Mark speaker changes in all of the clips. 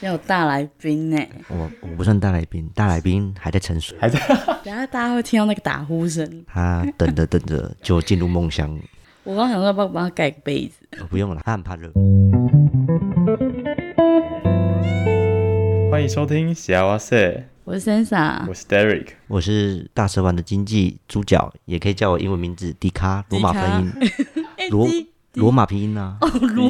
Speaker 1: 有大来宾 呢、
Speaker 2: 我我不算大来宾，大来宾还在沉睡，
Speaker 3: 还在
Speaker 1: 等下大家会听到那个打呼声。
Speaker 2: 他等着等着就进入梦乡。
Speaker 1: 我刚想说要不要帮他盖个被子，
Speaker 2: 呃不用了，他很怕热。
Speaker 3: 欢迎收听《喜哇塞》，
Speaker 2: 啊
Speaker 1: 我是 Sensa，
Speaker 3: 我是 Derek。
Speaker 2: 我是大蛇丸的经济主角，也可以叫我英文名字迪卡，罗马拼 音，
Speaker 1: 哎
Speaker 2: 罗
Speaker 1: 迪
Speaker 2: 罗马拼音啊。
Speaker 1: 哦罗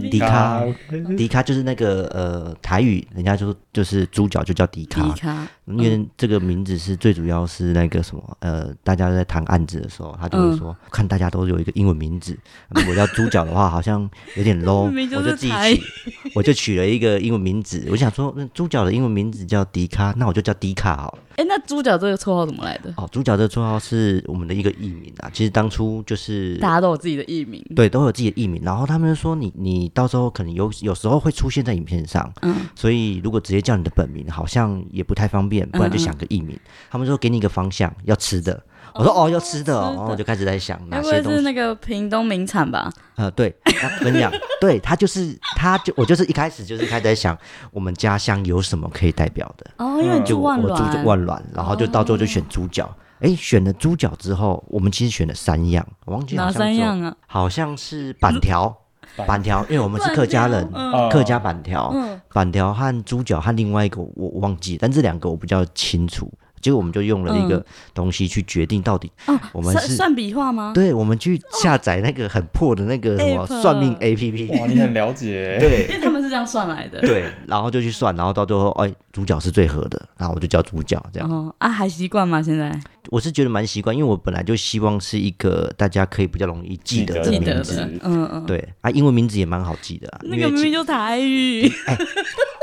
Speaker 3: 迪卡，
Speaker 2: 迪卡迪卡就是那个呃台语，人家就就是主角就叫迪
Speaker 1: 迪
Speaker 2: 卡，
Speaker 1: 卡，
Speaker 2: 因为这个名字是最主要是那个什么呃，大家在谈案子的时候，他就
Speaker 1: 嗯
Speaker 2: 会说、看大家都有一个英文名字，如果叫主角的话好像有点 low，
Speaker 1: 明明就
Speaker 2: 我
Speaker 1: 是
Speaker 2: 就自己
Speaker 1: 台语
Speaker 2: 取，我就取了一个英文名字，我想说那主角的英文名字叫迪卡，那我就叫迪卡好了。
Speaker 1: 哎、那猪脚这个绰号怎么来的？
Speaker 2: 哦，主角这个绰号是我们的一个艺名啊。其实当初就是
Speaker 1: 大家都有自己的艺名，
Speaker 2: 对都有自己的艺名，然后他们就说你你到时候可能有有时候会出现在影片上，
Speaker 1: 嗯，
Speaker 2: 所以如果直接叫你的本名好像也不太方便，不然就
Speaker 1: 嗯
Speaker 2: 想个艺名。他们说给你一个方向，要吃的。我说哦，要吃的哦，
Speaker 1: 吃的
Speaker 2: 然后我就开始 在想
Speaker 1: 该
Speaker 2: 哪
Speaker 1: 不
Speaker 2: 些
Speaker 1: 会
Speaker 2: 东
Speaker 1: 是
Speaker 2: 西。
Speaker 1: 那个屏东名产吧？
Speaker 2: 呃，对，那跟你讲，对他就是他就我就是一开始就是开始在想我们家乡有什么可以代表的，
Speaker 1: 哦，因为你
Speaker 2: 就
Speaker 1: 住
Speaker 2: 我
Speaker 1: 万
Speaker 2: 嗯我
Speaker 1: 峦，
Speaker 2: 住万峦，然后就到最后就选猪脚。哎，选了猪脚之后，我们其实选了三样，我忘记好
Speaker 1: 哪
Speaker 2: 像
Speaker 1: 三
Speaker 2: 只有
Speaker 1: 样啊？
Speaker 2: 好像是板条，
Speaker 3: 板
Speaker 2: 板条，因为我们是客家人
Speaker 1: 板，
Speaker 3: 嗯
Speaker 2: 客家板条，
Speaker 1: 嗯
Speaker 2: 板条和猪脚和另外一个我我忘记，但这两个我比较清楚。结果我们就用了一个
Speaker 1: 嗯
Speaker 2: 东西去决定到底，
Speaker 1: 哦，
Speaker 2: 我们
Speaker 1: 算
Speaker 2: 是
Speaker 1: 算笔画吗？
Speaker 2: 对，我们去下载那个很破的那个什么
Speaker 1: 哦 App
Speaker 2: 算命 A P
Speaker 3: 哇，
Speaker 2: P，
Speaker 3: 你很了解。
Speaker 2: 对
Speaker 1: 因为他们是这样算来的。
Speaker 2: 对，然后就去算，然后到最后，哎，主角是最合的，然后我就叫主角这样。
Speaker 1: 哦啊，还习惯吗？现在
Speaker 2: 我是觉得蛮习惯，因为我本来就希望是一个大家可以比较容易记得的
Speaker 1: 记
Speaker 3: 记
Speaker 1: 得
Speaker 2: 名
Speaker 1: 的
Speaker 2: 字。，
Speaker 1: 嗯嗯，
Speaker 2: 对啊，英文名字也蛮好记的、啊，
Speaker 1: 那
Speaker 2: 因
Speaker 1: 个
Speaker 2: 为
Speaker 1: 明明
Speaker 2: 其
Speaker 1: 就台语。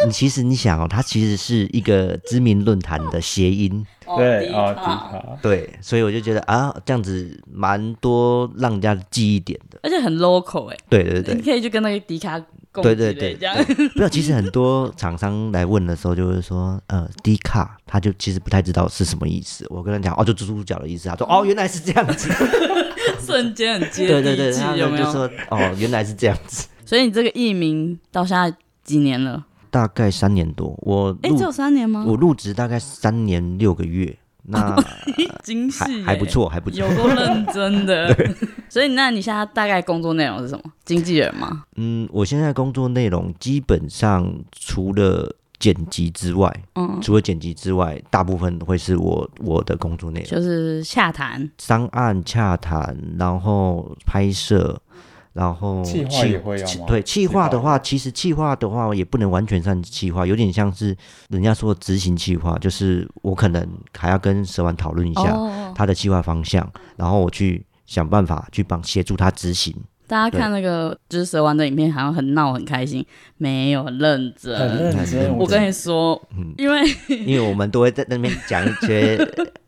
Speaker 2: 你其实你想哦，它其实是一个知名论坛的谐音，
Speaker 3: 对啊，迪
Speaker 1: 哦卡，
Speaker 3: 卡，
Speaker 2: 对，所以我就觉得啊，这样子蛮多让人家记忆点的，
Speaker 1: 而且很 local 哎、
Speaker 2: 对对
Speaker 1: 你
Speaker 2: 对
Speaker 1: 可以去跟那个迪卡共
Speaker 2: 对
Speaker 1: 之
Speaker 2: 对
Speaker 1: 类
Speaker 2: 对，
Speaker 1: 这样。
Speaker 2: 对没有，其实很多厂商来问的时候，就会说，呃，低卡，他就其实不太知道是什么意思。我跟他讲，哦，就猪猪脚的意思，他说，哦，原来是这样子，
Speaker 1: 瞬间很嗯接
Speaker 2: 对
Speaker 1: 地
Speaker 2: 对对，
Speaker 1: 气，
Speaker 2: 他
Speaker 1: 有
Speaker 2: 们
Speaker 1: 没
Speaker 2: 就
Speaker 1: 有？
Speaker 2: 说，哦，原来是这样子。
Speaker 1: 所以你这个艺名到现在几年了？
Speaker 2: 大概三年多，我
Speaker 1: 哎、
Speaker 2: 入
Speaker 1: 只有三年吗？
Speaker 2: 我入职大概三年六个月，
Speaker 1: 哦
Speaker 2: 那
Speaker 1: 惊喜、
Speaker 2: 还还不，错，还不错
Speaker 1: 有。够认真 的。所以那你现在大概工作内容是什么？经纪人吗？
Speaker 2: 嗯，我现在工作内容基本上除了剪辑之外，
Speaker 1: 嗯，
Speaker 2: 除了剪辑之外，大部分会是我我的工作内容，
Speaker 1: 就是洽谈。
Speaker 2: 商案洽谈，然后拍摄，然后
Speaker 3: 企划
Speaker 2: 企
Speaker 3: 也会要
Speaker 2: 企
Speaker 3: 吗
Speaker 2: 对，企
Speaker 3: 企
Speaker 2: 划
Speaker 3: 划
Speaker 2: 的
Speaker 3: 也
Speaker 2: 话，其实企划的话也不能完全算企划，有点像是人家说的执行企划，就是我可能还要跟蛇丸讨论一下
Speaker 1: 哦，
Speaker 2: 他的企划方向，然后我去想办法去帮协助他执行。
Speaker 1: 大家看那个就是蛇丸的影片，好像很闹很开心，没有很认真。
Speaker 2: 嗯
Speaker 3: 很
Speaker 2: 很
Speaker 3: 认
Speaker 2: 认嗯
Speaker 3: 真。
Speaker 1: 我跟你说，因为
Speaker 2: 因为我们都会在那边讲一些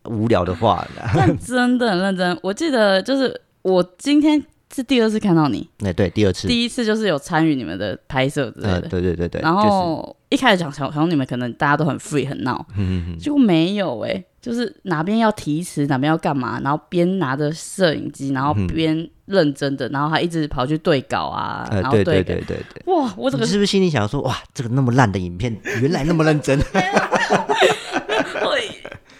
Speaker 2: 无聊的话。
Speaker 1: 但真的很认真。我记得就是我今天是第二次看到你，
Speaker 2: 那哎对，第二次，
Speaker 1: 第一次就是有参与你们的拍摄之类
Speaker 2: 呃，
Speaker 1: 的。
Speaker 2: 对对对对，
Speaker 1: 然
Speaker 2: 就是
Speaker 1: 后、一开始讲想想说你们可能大家都很 free 很闹，
Speaker 2: 嗯嗯
Speaker 1: 结果没有哎、就是哪边要提词，哪边要干嘛，然后边拿着摄影机，然后边认真的，然后还一直跑去对稿啊，
Speaker 2: 嗯，
Speaker 1: 然
Speaker 2: 呃，
Speaker 1: 后
Speaker 2: 对
Speaker 1: 稿。
Speaker 2: 对对对对。
Speaker 1: 哇，我整
Speaker 2: 你
Speaker 1: 个
Speaker 2: 是不是心里想说，哇，这个那么烂的影片，原来那么认真？
Speaker 1: 我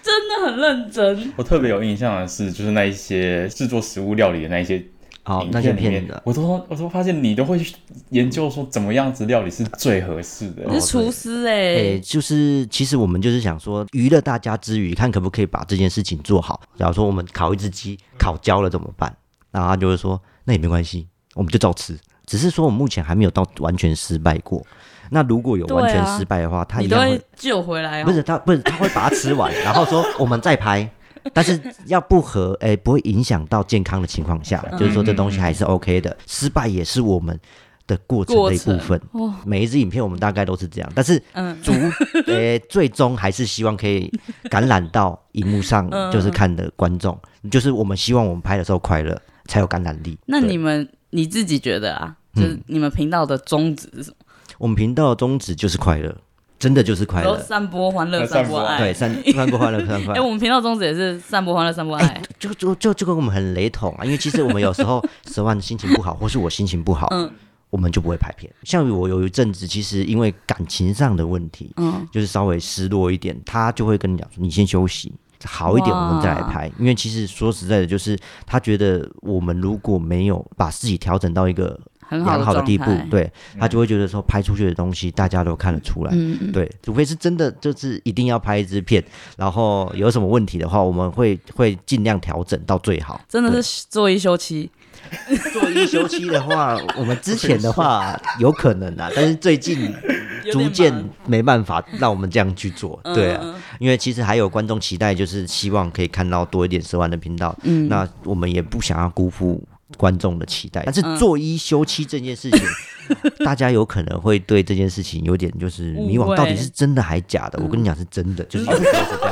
Speaker 1: 真的很认真，
Speaker 3: 我特别有印象的是，就是那一些制作食物料理的那一些
Speaker 2: 哦
Speaker 3: 影，
Speaker 2: 那些
Speaker 3: 片里
Speaker 2: 骗
Speaker 3: 面
Speaker 2: 的，
Speaker 3: 我都我都发现你都会去研究说怎么样子料理是最合适的。
Speaker 2: 哦嗯
Speaker 1: 你是厨师哎、
Speaker 2: 诶、就是其实我们就是想说，娱乐大家之余，看可不可以把这件事情做好。假如说我们烤一只鸡烤焦了怎么办？然后他就会说，那也没关系，我们就照吃。只是说我们目前还没有到完全失败过。那如果有
Speaker 1: 对啊
Speaker 2: 完全失败的话，他一
Speaker 1: 你都
Speaker 2: 样会
Speaker 1: 会救回来
Speaker 2: 不
Speaker 1: 哦。
Speaker 2: 是他，不是他会把它吃完，然后说我们再 拍，但是要不合，哎、不会影响到健康的情况下，
Speaker 1: 嗯
Speaker 2: 就是说这东西还是 OK 的，失败也是我们的过程的一部分。
Speaker 1: 哦，
Speaker 2: 每一支影片我们大概都是这样，但 是
Speaker 1: 嗯，
Speaker 2: 主，呃、最终还是希望可以感染到荧幕上
Speaker 1: 嗯
Speaker 2: 就是看的观众，就是我们希望我们拍的时候快乐，才有感染力。
Speaker 1: 那
Speaker 2: 对嗯
Speaker 1: 你们你自己觉得啊，就是你们频道的宗旨是什么？
Speaker 2: 我们频道的宗旨就是快乐，真的就是快
Speaker 1: 然后
Speaker 2: 乐。
Speaker 1: 散播欢乐，
Speaker 3: 呃
Speaker 1: 散
Speaker 3: 散
Speaker 1: 播
Speaker 3: 播
Speaker 1: 爱。
Speaker 2: 对，三三不快乐，三不快乐。
Speaker 1: 哎，我们频道宗旨也是散播欢乐，散播
Speaker 2: 哎
Speaker 1: 爱。，
Speaker 2: 就 就就就跟我们很雷同啊，因为其实我们有时候十万心情不好，或是我心情不好，
Speaker 1: 嗯
Speaker 2: 我们就不会拍片。像我有一阵子，其实因为感情上的问题，
Speaker 1: 嗯，
Speaker 2: 就是稍微失落一点，他就会跟你讲说：“你先休息，好一点
Speaker 1: 哇
Speaker 2: 我们再来拍。”因为其实说实在的，就是他觉得我们如果没有把自己调整到一个
Speaker 1: 很好
Speaker 2: 良好的地步
Speaker 1: 状态，
Speaker 2: 对他就会觉得说拍出去的东西大家都看得出来。
Speaker 1: 嗯嗯，
Speaker 2: 对，除非是真的就是一定要拍一支片，然后有什么问题的话，我们会会尽量调整到最好。
Speaker 1: 真的是做一休七，
Speaker 2: 对做一休七的话， 我们之前的话有可能啊，但是最 近
Speaker 1: 有点
Speaker 2: 逐
Speaker 1: 忙
Speaker 2: 渐没办法让我们这样去做，
Speaker 1: 嗯
Speaker 2: 对啊，因为其实还有观众期待，就是希望可以看到多一点蛇丸的频道，
Speaker 1: 嗯
Speaker 2: 那我们也不想要辜负观众的期待，但是
Speaker 1: 嗯
Speaker 2: 做一休七这件事 情。大家有可能会对这件事情有点就是迷
Speaker 1: 误
Speaker 2: 惘，
Speaker 1: 会嗯
Speaker 2: 到底是真的还假的？我跟你讲是真的， 就是有时候是这样，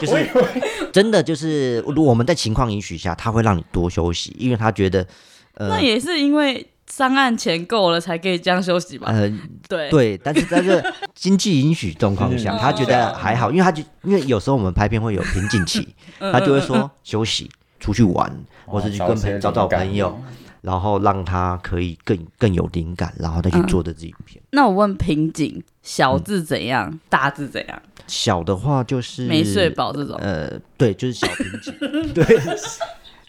Speaker 2: 就是 真的就是，如果我们在情况允许下，他会让你多休息，因为他觉得，呃
Speaker 1: 那也是因为上岸钱够了才可以这样休息吧？
Speaker 2: 呃，
Speaker 1: 对，
Speaker 2: 对，但是在这经济允许状况
Speaker 3: 经
Speaker 2: 下，
Speaker 3: 济
Speaker 2: 他觉得还好，因为他就因为有时候我们拍片会有瓶颈期，
Speaker 1: 嗯
Speaker 2: 他就会说休息。出去玩，
Speaker 3: 哦
Speaker 2: 或是去跟朋友找找朋友，然后让他可以更更有灵感，然后再去做的这一片。
Speaker 1: 那我问瓶颈，小字怎样，大字怎样？
Speaker 2: 小的话嗯就是
Speaker 1: 嗯没睡饱这种，
Speaker 2: 呃，对，就是小瓶颈， 对，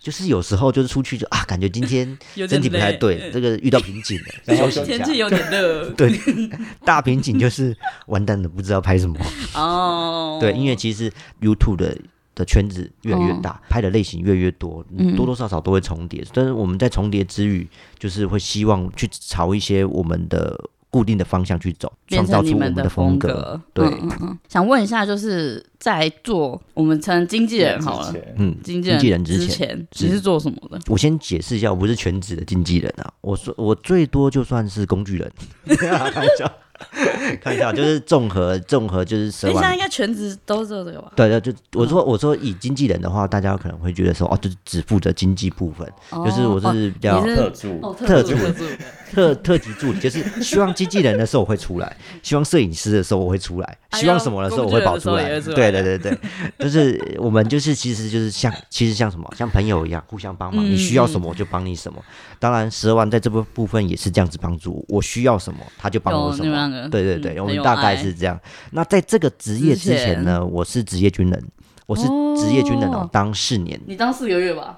Speaker 2: 就是有时候就是出去就啊，感觉今天
Speaker 1: 有点
Speaker 2: 身体不太
Speaker 1: 累嗯
Speaker 2: 对，这个遇到瓶颈了，
Speaker 3: 然
Speaker 2: 休
Speaker 3: 后
Speaker 2: 息一
Speaker 1: 天
Speaker 2: 下。
Speaker 1: 气有点 热
Speaker 2: 对，大瓶颈就是完蛋了，不知道拍什么。
Speaker 1: 哦。
Speaker 2: 对，因为其实 YouTube 的的圈子越来越大，拍的类型越来越多，
Speaker 1: 嗯
Speaker 2: 多多少少都会重叠。但是我们在重叠之余，就是会希望去朝一些我们的固定的方向去走，
Speaker 1: 变
Speaker 2: 创造
Speaker 1: 成你
Speaker 2: 出我
Speaker 1: 们
Speaker 2: 们的
Speaker 1: 风
Speaker 2: 风格。对
Speaker 1: 嗯嗯嗯。想问一下，就是在做我们称经纪人好了，
Speaker 2: 嗯，
Speaker 1: 经纪
Speaker 2: 经纪人之
Speaker 1: 之
Speaker 2: 前
Speaker 1: 前
Speaker 2: 是
Speaker 1: 你是做什么的？
Speaker 2: 我先解释一下，我不是全职的经纪人啊，我说我最多就算是工具人， 开玩笑，开玩笑，就是综合综合就是蛇
Speaker 1: 你现在
Speaker 2: 丸
Speaker 1: 应该嗯全职都做这个吧？
Speaker 2: 对对，就我说我说以经纪人的话，大家可能会觉得说哦，就是只负责经济部分，就是我
Speaker 1: 哦
Speaker 2: 是比较
Speaker 1: 你是
Speaker 3: 特助
Speaker 1: 哦，
Speaker 2: 特
Speaker 1: 特
Speaker 2: 助
Speaker 1: 助特助，
Speaker 2: 特特级助理，就是希望经纪人的时候我会出来， 希望摄影师的时候我会出来，
Speaker 1: 哎呦
Speaker 2: 希望什么的时候我会跑出来。
Speaker 1: 工具人的时候也会出
Speaker 2: 对对
Speaker 1: 来
Speaker 2: 对对， 就是我们就是其实就是像其实像什么像朋友一样互相帮
Speaker 1: 嗯
Speaker 2: 忙，你需要什么我就帮你什么。当然，蛇丸在这部部分也是这样子帮助我，我需要什么他就帮我
Speaker 1: 有
Speaker 2: 什
Speaker 1: 你们两
Speaker 2: 么。
Speaker 1: 个，
Speaker 2: 对对
Speaker 1: 嗯
Speaker 2: 对，
Speaker 1: 很
Speaker 2: 我们
Speaker 1: 有
Speaker 2: 大概
Speaker 1: 爱
Speaker 2: 是这样。那在这个职业之前呢，我是职业军人。我是职业军人哦
Speaker 1: 哦，
Speaker 2: 当四年，
Speaker 1: 你当四个月吧，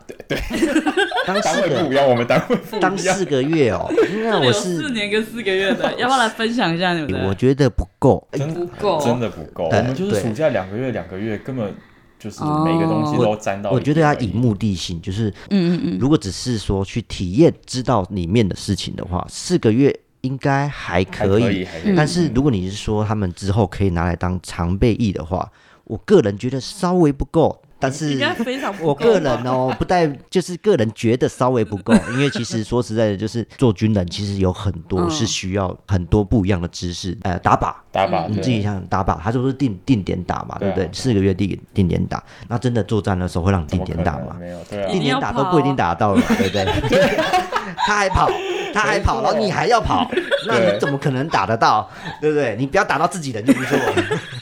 Speaker 2: 当
Speaker 3: 单
Speaker 2: 四
Speaker 3: 位
Speaker 2: 个
Speaker 3: 不一样，我们单位不一
Speaker 2: 当
Speaker 3: 样。
Speaker 2: 四个 月哦，因为我
Speaker 1: 有
Speaker 2: 是
Speaker 1: 四年跟四个月 的，要不要来分享一下你们
Speaker 2: 我
Speaker 1: 的？
Speaker 2: 觉得不够，
Speaker 3: 真
Speaker 1: 呃不够
Speaker 3: 真的不够。
Speaker 2: 对
Speaker 3: 我们就是
Speaker 2: 对
Speaker 3: 暑假两个月，两个月根本就是每个东西都沾到一点而
Speaker 2: 哦
Speaker 3: 已。
Speaker 2: 我觉得要以目的性，就是
Speaker 1: 嗯嗯嗯，
Speaker 2: 如果只是说去体验、知道里面的事情的话，四个月应该还
Speaker 3: 还
Speaker 2: 可以。嗯
Speaker 3: 以，还可以
Speaker 2: 但是
Speaker 1: 嗯
Speaker 2: 如果你是说他们之后可以拿来当常备役的话，我个人觉得稍微不够。但
Speaker 1: 应
Speaker 2: 是
Speaker 1: 该非常不
Speaker 2: 我
Speaker 1: 够吧
Speaker 2: 个人哦，不带就是个人觉得稍微不够，因为其实说实在的，就是做军人其实有很多
Speaker 1: 嗯
Speaker 2: 是需要很多不一样的知识，呃，打靶。
Speaker 3: 打靶
Speaker 2: 你
Speaker 3: 啊对
Speaker 2: 自己想想打靶，他是不是定定点打嘛？对
Speaker 3: 对啊
Speaker 2: 不对？四个月定定点打，那真的作战的时候会让你
Speaker 3: 怎
Speaker 2: 定
Speaker 3: 么可
Speaker 2: 点
Speaker 3: 能
Speaker 2: 打吗？
Speaker 3: 没有，对啊
Speaker 1: 一
Speaker 2: 定，
Speaker 1: 定
Speaker 2: 点
Speaker 1: 要
Speaker 2: 打
Speaker 1: 跑
Speaker 2: 都不一定打得到了嘛，对不对？他还跑，他还跑，然后你还要跑，那你
Speaker 3: 对
Speaker 2: 怎么可能打得到？对不对？你不要打到自己人就不错了。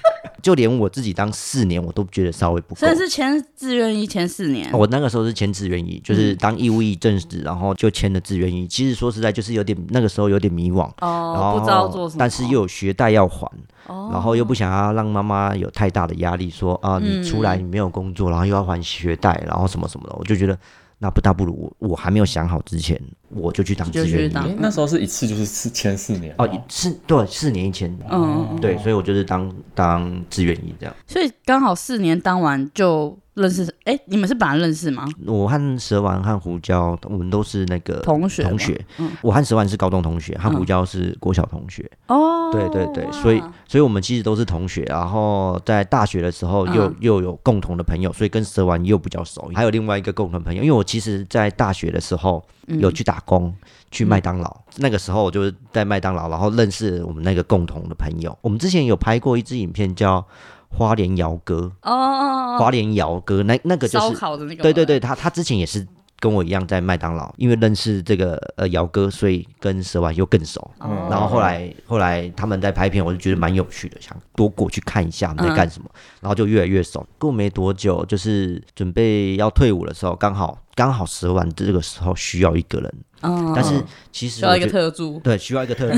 Speaker 2: 就连我自己当四年，我都觉得稍微不够哦
Speaker 1: 甚。至签自愿一签四年，
Speaker 2: 我那个时候是签志愿役，就是当义务役一阵子，然后就签了志愿役。其实说实在，就是有点那个时候有点迷惘，然
Speaker 1: 哦，
Speaker 2: 后
Speaker 1: 不知道做什么，
Speaker 2: 但是又有学贷要还，
Speaker 1: 哦
Speaker 2: 然后又不想要让妈妈有太大的压力，说啊
Speaker 1: 嗯
Speaker 2: 你出来你没有工作，然后又要还学贷，然后什么什么的，我就觉得那不大不如我我还没有想好之前，我就去当
Speaker 1: 就
Speaker 2: 志愿
Speaker 1: 去
Speaker 2: 役
Speaker 1: 当
Speaker 3: 诶那时候是一次就是四前四年
Speaker 2: 哦，是对四年以前，
Speaker 1: 嗯，嗯嗯
Speaker 2: 对，所以我就是当当志愿役这样。
Speaker 1: 所以刚好四年当完就认识，哎、你们是本来认识吗？
Speaker 2: 我和蛇丸和胡椒，我们都是那个
Speaker 1: 同学吗
Speaker 2: 呃同学
Speaker 1: 嗯，
Speaker 2: 我和蛇丸是高中同学，和
Speaker 1: 嗯
Speaker 2: 胡椒是国小同学。
Speaker 1: 哦，
Speaker 2: 对对对，
Speaker 1: 哇
Speaker 2: 所以所以我们其实都是同学，然后在大学的时候又、
Speaker 1: 嗯
Speaker 2: 又有共同的朋友，所以跟蛇丸又比较熟。还有另外一个共同朋友，因为我其实，在大学的时候
Speaker 1: 嗯
Speaker 2: 有去打工，去麦当劳。那个时候我就是在麦当劳，然后认识我们那个共同的朋友。我们之前有拍过一支影片叫《花莲瑶哥》，
Speaker 1: 哦哦哦
Speaker 2: 花莲瑶哥那那个
Speaker 1: 哦，
Speaker 2: 就
Speaker 1: 烧、
Speaker 2: 是
Speaker 1: 烤的那个，
Speaker 2: 对对，对，他他之前也是。跟我一样在麦当劳，因为认识这个呃姚哥，所以跟蛇丸又更熟。
Speaker 1: 哦、
Speaker 2: 嗯然后后来后来他们在拍片，我就觉得蛮有趣的，想多过去看一下他们
Speaker 1: 嗯
Speaker 2: 在干什么，然后就越来越熟。过没多久，就是准备要退伍的时候，刚好刚好蛇丸这个时候需要一个人，
Speaker 1: 嗯，
Speaker 2: 但是
Speaker 1: 嗯
Speaker 2: 其
Speaker 1: 需
Speaker 2: 实
Speaker 1: 要
Speaker 2: 我
Speaker 1: 一个
Speaker 2: 觉得
Speaker 1: 特助，
Speaker 2: 对需要一个特助。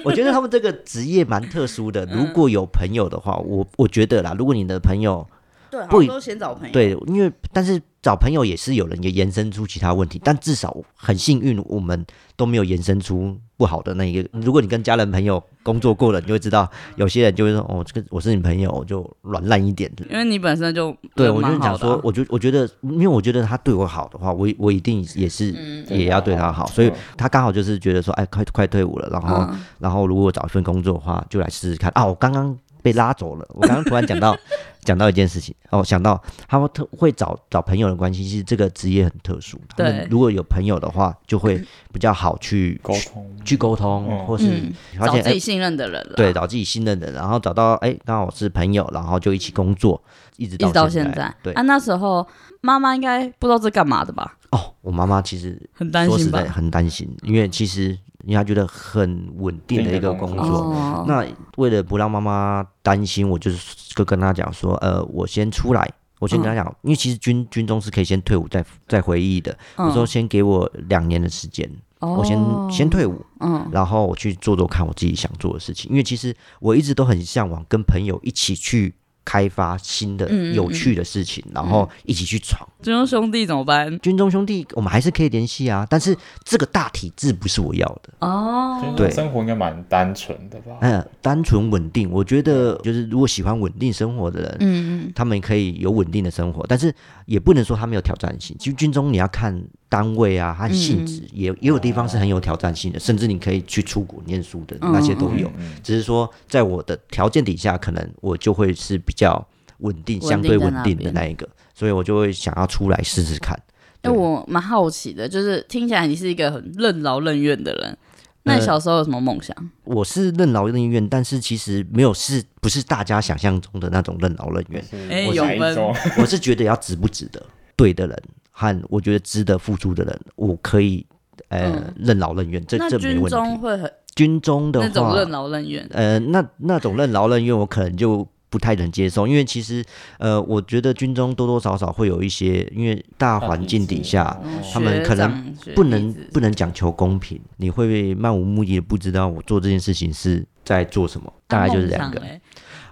Speaker 2: 我觉得他们这个职业蛮特殊的。如
Speaker 1: 嗯
Speaker 2: 果有朋友的话，我我觉得啦，如果你的朋友
Speaker 1: 对，
Speaker 2: 不
Speaker 1: 好
Speaker 2: 一
Speaker 1: 都先找朋友，，
Speaker 2: 对，因为但是找朋友也是有人也延伸出其他问题，但至少很幸运，我们都没有延伸出不好的那一个。如果你跟家人朋友工作过了，你就会知道，有些人就会说：“哦，这个我是你朋友，我就软烂一点。
Speaker 1: 因为你本身就
Speaker 2: 对，
Speaker 1: 人
Speaker 2: 我就
Speaker 1: 蛮好
Speaker 2: 想
Speaker 1: 的啊
Speaker 2: 说，我觉我觉得，因为我觉得他对我好的话，我我一定也是、
Speaker 1: 嗯
Speaker 2: 也要对他好，所以他刚好就是觉得说，哎，快快退伍了，然后、
Speaker 1: 嗯
Speaker 2: 然后如果我找一份工作的话，就来试试看啊！我刚刚被拉走了，我刚刚突然讲到 讲到一件事情哦，想到他们特会找找朋友的关系，其实这个职业很特殊，他们
Speaker 1: 对
Speaker 2: 如果有朋友的话，就会比较好去
Speaker 3: 沟通，
Speaker 2: 去沟通，
Speaker 3: 嗯
Speaker 2: 或是
Speaker 1: 嗯
Speaker 2: 发
Speaker 1: 找
Speaker 2: 现
Speaker 1: 自
Speaker 2: 哎
Speaker 1: 己信任的人了，
Speaker 2: 对，找自己信任的人，然后找到哎刚好是朋友，然后就一起工作，一直
Speaker 1: 一直到
Speaker 2: 现
Speaker 1: 现在。
Speaker 2: 对
Speaker 1: 啊，那时候妈妈应该不知道这干嘛的吧？
Speaker 2: 哦，我妈妈其实
Speaker 1: 很担
Speaker 2: 说实
Speaker 1: 心吧
Speaker 2: 在？很担心，因为其实因为她觉得很稳定的一个工
Speaker 3: 不
Speaker 2: 作，
Speaker 3: 定的工作
Speaker 1: 哦，
Speaker 2: 那为了不让妈妈担心，我就是就跟她讲说，呃，我先出来，我先跟她讲，因为其实军军中是可以先退伍再再回忆的。
Speaker 1: 嗯
Speaker 2: 我说先给我两年的时间，
Speaker 1: 哦
Speaker 2: 我先先退伍，
Speaker 1: 嗯
Speaker 2: 然后我去做做看我自己想做的事情。因为其实我一直都很向往跟朋友一起去开发新的
Speaker 1: 嗯嗯嗯
Speaker 2: 有趣的事情，然后一起去闯。
Speaker 1: 军中兄弟怎么办？
Speaker 2: 军中兄弟，我们还是可以联系啊，但是这个大体制不是我要的。
Speaker 1: 哦，
Speaker 3: 其
Speaker 2: 对
Speaker 3: 实生活应该蛮单纯的吧？
Speaker 2: 嗯，单纯稳定，我觉得就是如果喜欢稳定生活的人，
Speaker 1: 嗯嗯
Speaker 2: 他们可以有稳定的生活，但是也不能说他没有挑战性。其实军中你要看单位啊和性质，也也有地方是很有挑战性的，甚至你可以去出国念书的那些都有。
Speaker 3: 嗯
Speaker 2: 只是说，在我的条件底下，可能我就会是比较稳定、
Speaker 1: 稳定
Speaker 2: 相对
Speaker 1: 在
Speaker 2: 稳
Speaker 1: 那
Speaker 2: 定的
Speaker 1: 边
Speaker 2: 那一个，所以我就会想要出来试试看。
Speaker 1: 哎，
Speaker 2: 对
Speaker 1: 我蛮好奇的，就是听起来你是一个很任劳任怨的人。那你
Speaker 2: 呃
Speaker 1: 小时候有什么梦想？
Speaker 2: 我是任劳任怨，但是其实没有是不是大家想象中的那种任劳任怨，
Speaker 3: 是
Speaker 1: 哎
Speaker 3: 我
Speaker 1: 有
Speaker 3: 哪一
Speaker 1: 分
Speaker 3: 种
Speaker 2: 我是觉得要值不值得， 对的人和我觉得值得付出的人，我可以呃、
Speaker 1: 嗯
Speaker 2: 任劳任怨，这
Speaker 1: 那
Speaker 2: 这没
Speaker 1: 军
Speaker 2: 问
Speaker 1: 中
Speaker 2: 题。
Speaker 1: 会很
Speaker 2: 军中的
Speaker 1: 那种
Speaker 2: 话
Speaker 1: 任，劳任怨，
Speaker 2: 呃，那那种任劳任怨，我可能就不太能接受，因为其实呃，我觉得军中多多少少会有一些，因为大环境底下。
Speaker 3: 哦
Speaker 2: 他们
Speaker 1: 学
Speaker 2: 可能
Speaker 1: 长学
Speaker 2: 不
Speaker 1: 弟
Speaker 2: 能
Speaker 1: 子
Speaker 2: 不能讲求公平，你会漫无目的的不知道我做这件事情是在做什么，大概就是这两个
Speaker 1: 那。啊梦欸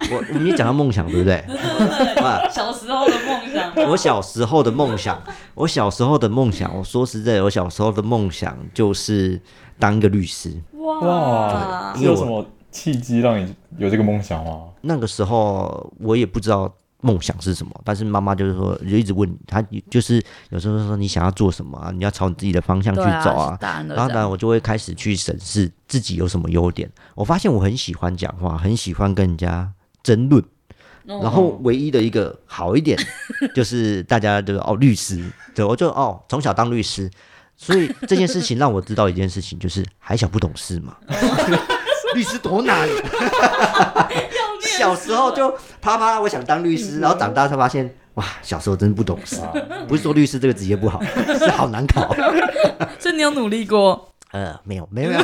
Speaker 2: 我我们也讲到梦想，对不对？啊，
Speaker 1: 想嘞小时候的梦 想，
Speaker 2: 我小时候的梦想，我小时候的梦想，我说实在，我小时候的梦想就是当一个律师。
Speaker 3: 哇，
Speaker 1: 哇，
Speaker 3: 是有什么契机让你有这个梦想吗？
Speaker 2: 那个时候我也不知道梦想是什么，但是妈妈就是说，就一直问她，就是有时候说你想要做什么啊，你要朝你自己的方向去
Speaker 1: 对啊，
Speaker 2: 走啊
Speaker 1: 是。大人都
Speaker 2: 然后
Speaker 1: 这
Speaker 2: 呢，
Speaker 1: 样
Speaker 2: 我就会开始去审视自己有什么优点。我发现我很喜欢讲话，很喜欢跟人家争论。
Speaker 1: 哦
Speaker 2: 然后唯一的一个好一点就是大家就是哦律师，对我就哦从小当律师，所以这件事情让我知道一件事情，就是还小不懂事嘛， 律师多难。小时候就啪啪，我想当律师，然后长大才发现，哇，小时候真不懂事。
Speaker 3: 啊，
Speaker 2: 不是说律师这个职业不好，是好难考。
Speaker 1: 所以你有努力过，
Speaker 2: 呃，没有，没有，没 有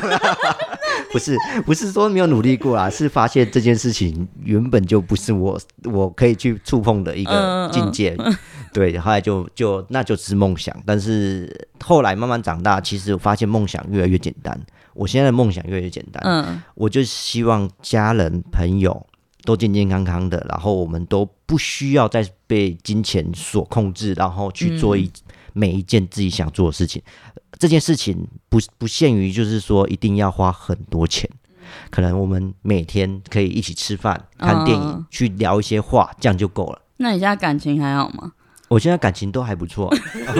Speaker 2: 不是，不是说没有努力过啊， 是发现这件事情原本就不是我我可以去触碰的一
Speaker 1: 嗯
Speaker 2: 个
Speaker 1: 嗯
Speaker 2: 境界。对，后来就就那就是梦想，但是后来慢慢长大，其实我发现梦想越来越简单。我现在的梦想越来越简单，
Speaker 1: 嗯，
Speaker 2: 我就希望家人朋友都健健康康的，然后我们都不需要再被金钱所控制，然后去做一、每一件自己想做的事情。呃这件事情不不限于就是说一定要花很多钱，可能我们每天可以一起吃饭、看电影、
Speaker 1: 嗯
Speaker 2: 去聊一些话，这样就够了。
Speaker 1: 那你现在感情还好吗？
Speaker 2: 我现在感情都还不错，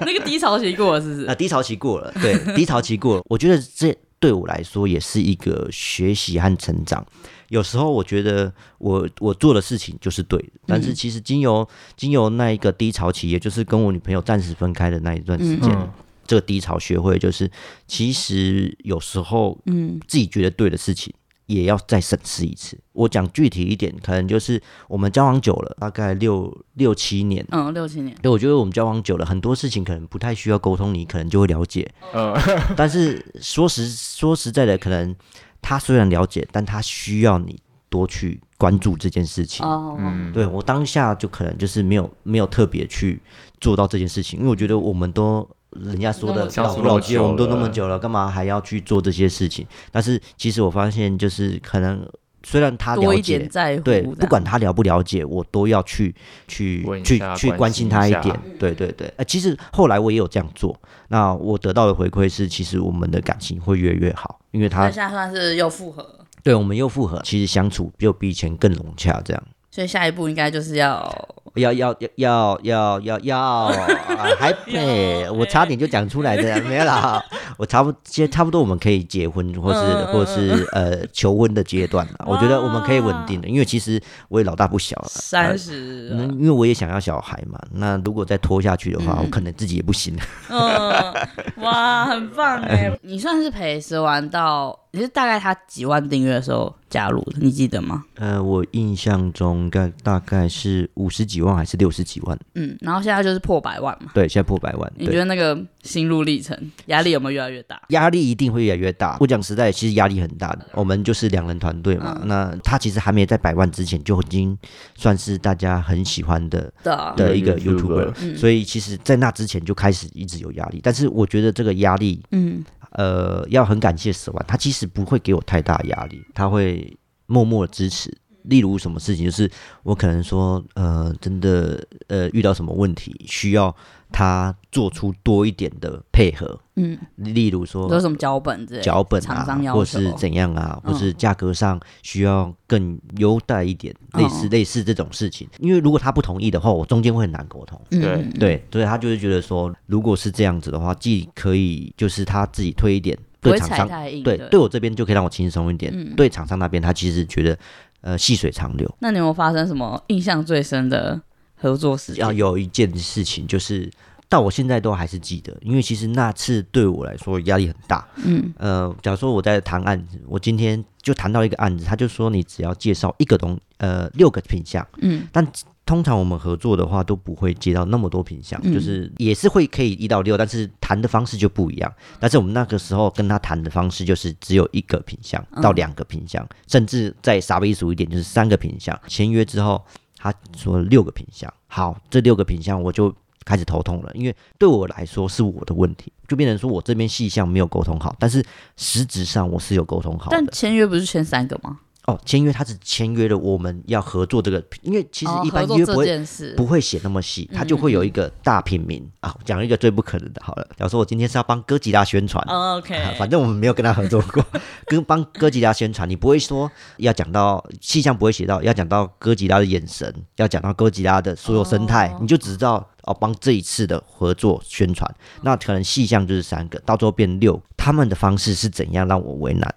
Speaker 1: 那个低潮期过了是不
Speaker 2: 那
Speaker 1: 是？
Speaker 2: 低潮期过了， 对，低潮期过了，我觉得这对我来说也是一个学习和成长。有时候我觉得我我做的事情就是对的，但
Speaker 3: 嗯
Speaker 2: 是其实经由经由那一个低潮期，也就是跟我女朋友暂时分开的那一段时间，
Speaker 3: 嗯
Speaker 2: 这个低潮学会就是，其实有时候
Speaker 1: 嗯，
Speaker 2: 自己觉得对的事情，也要再审视一次。我讲具体一点，可能就是我们交往久了，大概六六七年。
Speaker 1: 嗯，六七年，
Speaker 2: 对，我觉得我们交往久了，很多事情可能不太需要沟通，你可能就会了解。
Speaker 3: 嗯，
Speaker 2: 但是说实说实在的，可能他虽然了解，但他需要你多去关注这件事情。
Speaker 1: 哦，
Speaker 3: 嗯
Speaker 2: 对我当下就可能就是没有没有特别去做到这件事情，因为我觉得我们都人家说
Speaker 1: 那
Speaker 2: 的
Speaker 1: 么久
Speaker 2: 老夫
Speaker 3: 了
Speaker 2: 老妻，我们都那
Speaker 3: 那
Speaker 2: 么
Speaker 3: 么
Speaker 2: 久了，干嘛还要去做这些事情？但是其实我发现，就是可能虽然他
Speaker 1: 多
Speaker 2: 了
Speaker 1: 一
Speaker 2: 解
Speaker 1: 点，在乎，
Speaker 2: 对，不管他了不了解，我都要去去
Speaker 4: 问一
Speaker 2: 去
Speaker 4: 下
Speaker 2: 去
Speaker 4: 关
Speaker 2: 关
Speaker 4: 心
Speaker 2: 心
Speaker 4: 一
Speaker 2: 他一
Speaker 4: 下
Speaker 2: 点。对对对，呃，其实后来我也有这样做，那我得到的回馈是，其实我们的感情会越来越好，因为
Speaker 1: 那
Speaker 2: 他
Speaker 1: 现在算是又复合，
Speaker 2: 对我们又复合，其实相处又比以前更融洽，这样。
Speaker 1: 所以下一步应该就是要
Speaker 2: 要要要要要要啊！ 还配，我差点就讲出来的，没有啦。我差不其实差不多，我们可以结婚，或是、
Speaker 1: 嗯嗯
Speaker 2: 或是呃求婚的阶段了。我觉得我们可以稳定的，因为其实我也老大不小啊了。
Speaker 1: 三十、
Speaker 2: 那因为我也想要小孩嘛，那如果再拖下去的话，我可能自己也不行。
Speaker 1: 嗯，哇，很棒哎！ 你算是陪蛇丸到，你是大概他几万订阅的时候加入的，你记得吗？
Speaker 2: 呃，我印象中大大概是五十几万还是六十几万？
Speaker 1: 嗯，然后现在就是破百万嘛。
Speaker 2: 对，现在破百万。
Speaker 1: 你
Speaker 2: 对
Speaker 1: 觉得那个心路历程压力有没有越来越大？
Speaker 2: 压力一定会越来越大。我讲实在，其实压力很大
Speaker 1: 嗯
Speaker 2: 的。我们就是两人团队嘛，那他其实还没在百万之前就已经算是大家很喜欢的
Speaker 1: 对啊，
Speaker 2: 的一个
Speaker 4: YouTuber
Speaker 2: YouTuber，、所以其实，在那之前就开始一直有压力。但是我觉得这个压力，
Speaker 1: 嗯，
Speaker 2: 呃，要很感谢死亡，他其实不会给我太大压力，他会默默的支持。例如什么事情，就是我可能说，呃，真的，呃，遇到什么问题需要他做出多一点的配合，
Speaker 1: 嗯，
Speaker 2: 例如说，
Speaker 1: 有什么脚本之类的？
Speaker 2: 脚本
Speaker 1: 厂
Speaker 2: 啊
Speaker 1: 商，要
Speaker 2: 或
Speaker 1: 求
Speaker 2: 是怎样啊，
Speaker 1: 嗯
Speaker 2: 或是价格上需要更优待一点，
Speaker 1: 嗯
Speaker 2: 类似类似这种事情。因为如果他不同意的话，我中间会很难沟通。
Speaker 1: 嗯
Speaker 4: 对，
Speaker 2: 对，所以他就会觉得说，如果是这样子的话，既可以就是他自己推一点，
Speaker 1: 不
Speaker 2: 对
Speaker 1: 会
Speaker 2: 厂
Speaker 1: 踩
Speaker 2: 商，
Speaker 1: 太硬。
Speaker 2: 对对，我这边就可以让我轻松一点。
Speaker 1: 嗯
Speaker 2: 对厂商那边，他其实觉得呃细水长流。
Speaker 1: 那你有没有发生什么印象最深的合作事
Speaker 2: 要
Speaker 1: 情？
Speaker 2: 有一件事情就是。到我现在都还是记得，因为其实那次对我来说压力很大。
Speaker 1: 嗯，
Speaker 2: 呃，假如说我在谈案子，我今天就谈到一个案子，他就说你只要介绍一个东呃六个品项，
Speaker 1: 嗯，
Speaker 2: 但通常我们合作的话都不会接到那么多品项，
Speaker 1: 嗯
Speaker 2: 就是也是会可以一到六，但是谈的方式就不一样。但是我们那个时候跟他谈的方式就是只有一个品项
Speaker 1: 嗯
Speaker 2: 到两个品项，甚至再傻逼数一点就是三个品项。签约之后，他说六个品项，好，这六个品项我就开始头痛了，因为对我来说是我的问题，就变成说我这边细项没有沟通好，但是实质上我是有沟通好
Speaker 1: 但
Speaker 2: 的。
Speaker 1: 签约不是签三个吗？
Speaker 2: 哦，签约他只签约了我们要合作这个，因为其实
Speaker 1: 哦
Speaker 2: 一般
Speaker 1: 合作
Speaker 2: 约不
Speaker 1: 这
Speaker 2: 会
Speaker 1: 件事
Speaker 2: 不会写那么细，他就会有一个大品名啊。我讲一个最不可能的，好了，假如说我今天是要帮哥吉拉宣传。
Speaker 1: 哦
Speaker 2: 啊
Speaker 1: ，OK，
Speaker 2: 反正我们没有跟他合作过，跟帮哥吉拉宣传，你不会说要讲到气象不会写到，要讲到哥吉拉的眼神，要讲到哥吉拉的所有生态，你就只知道哦，帮这一次的合作宣传，那可能细项就是三个，到最后变六，他们的方式是怎样让我为难？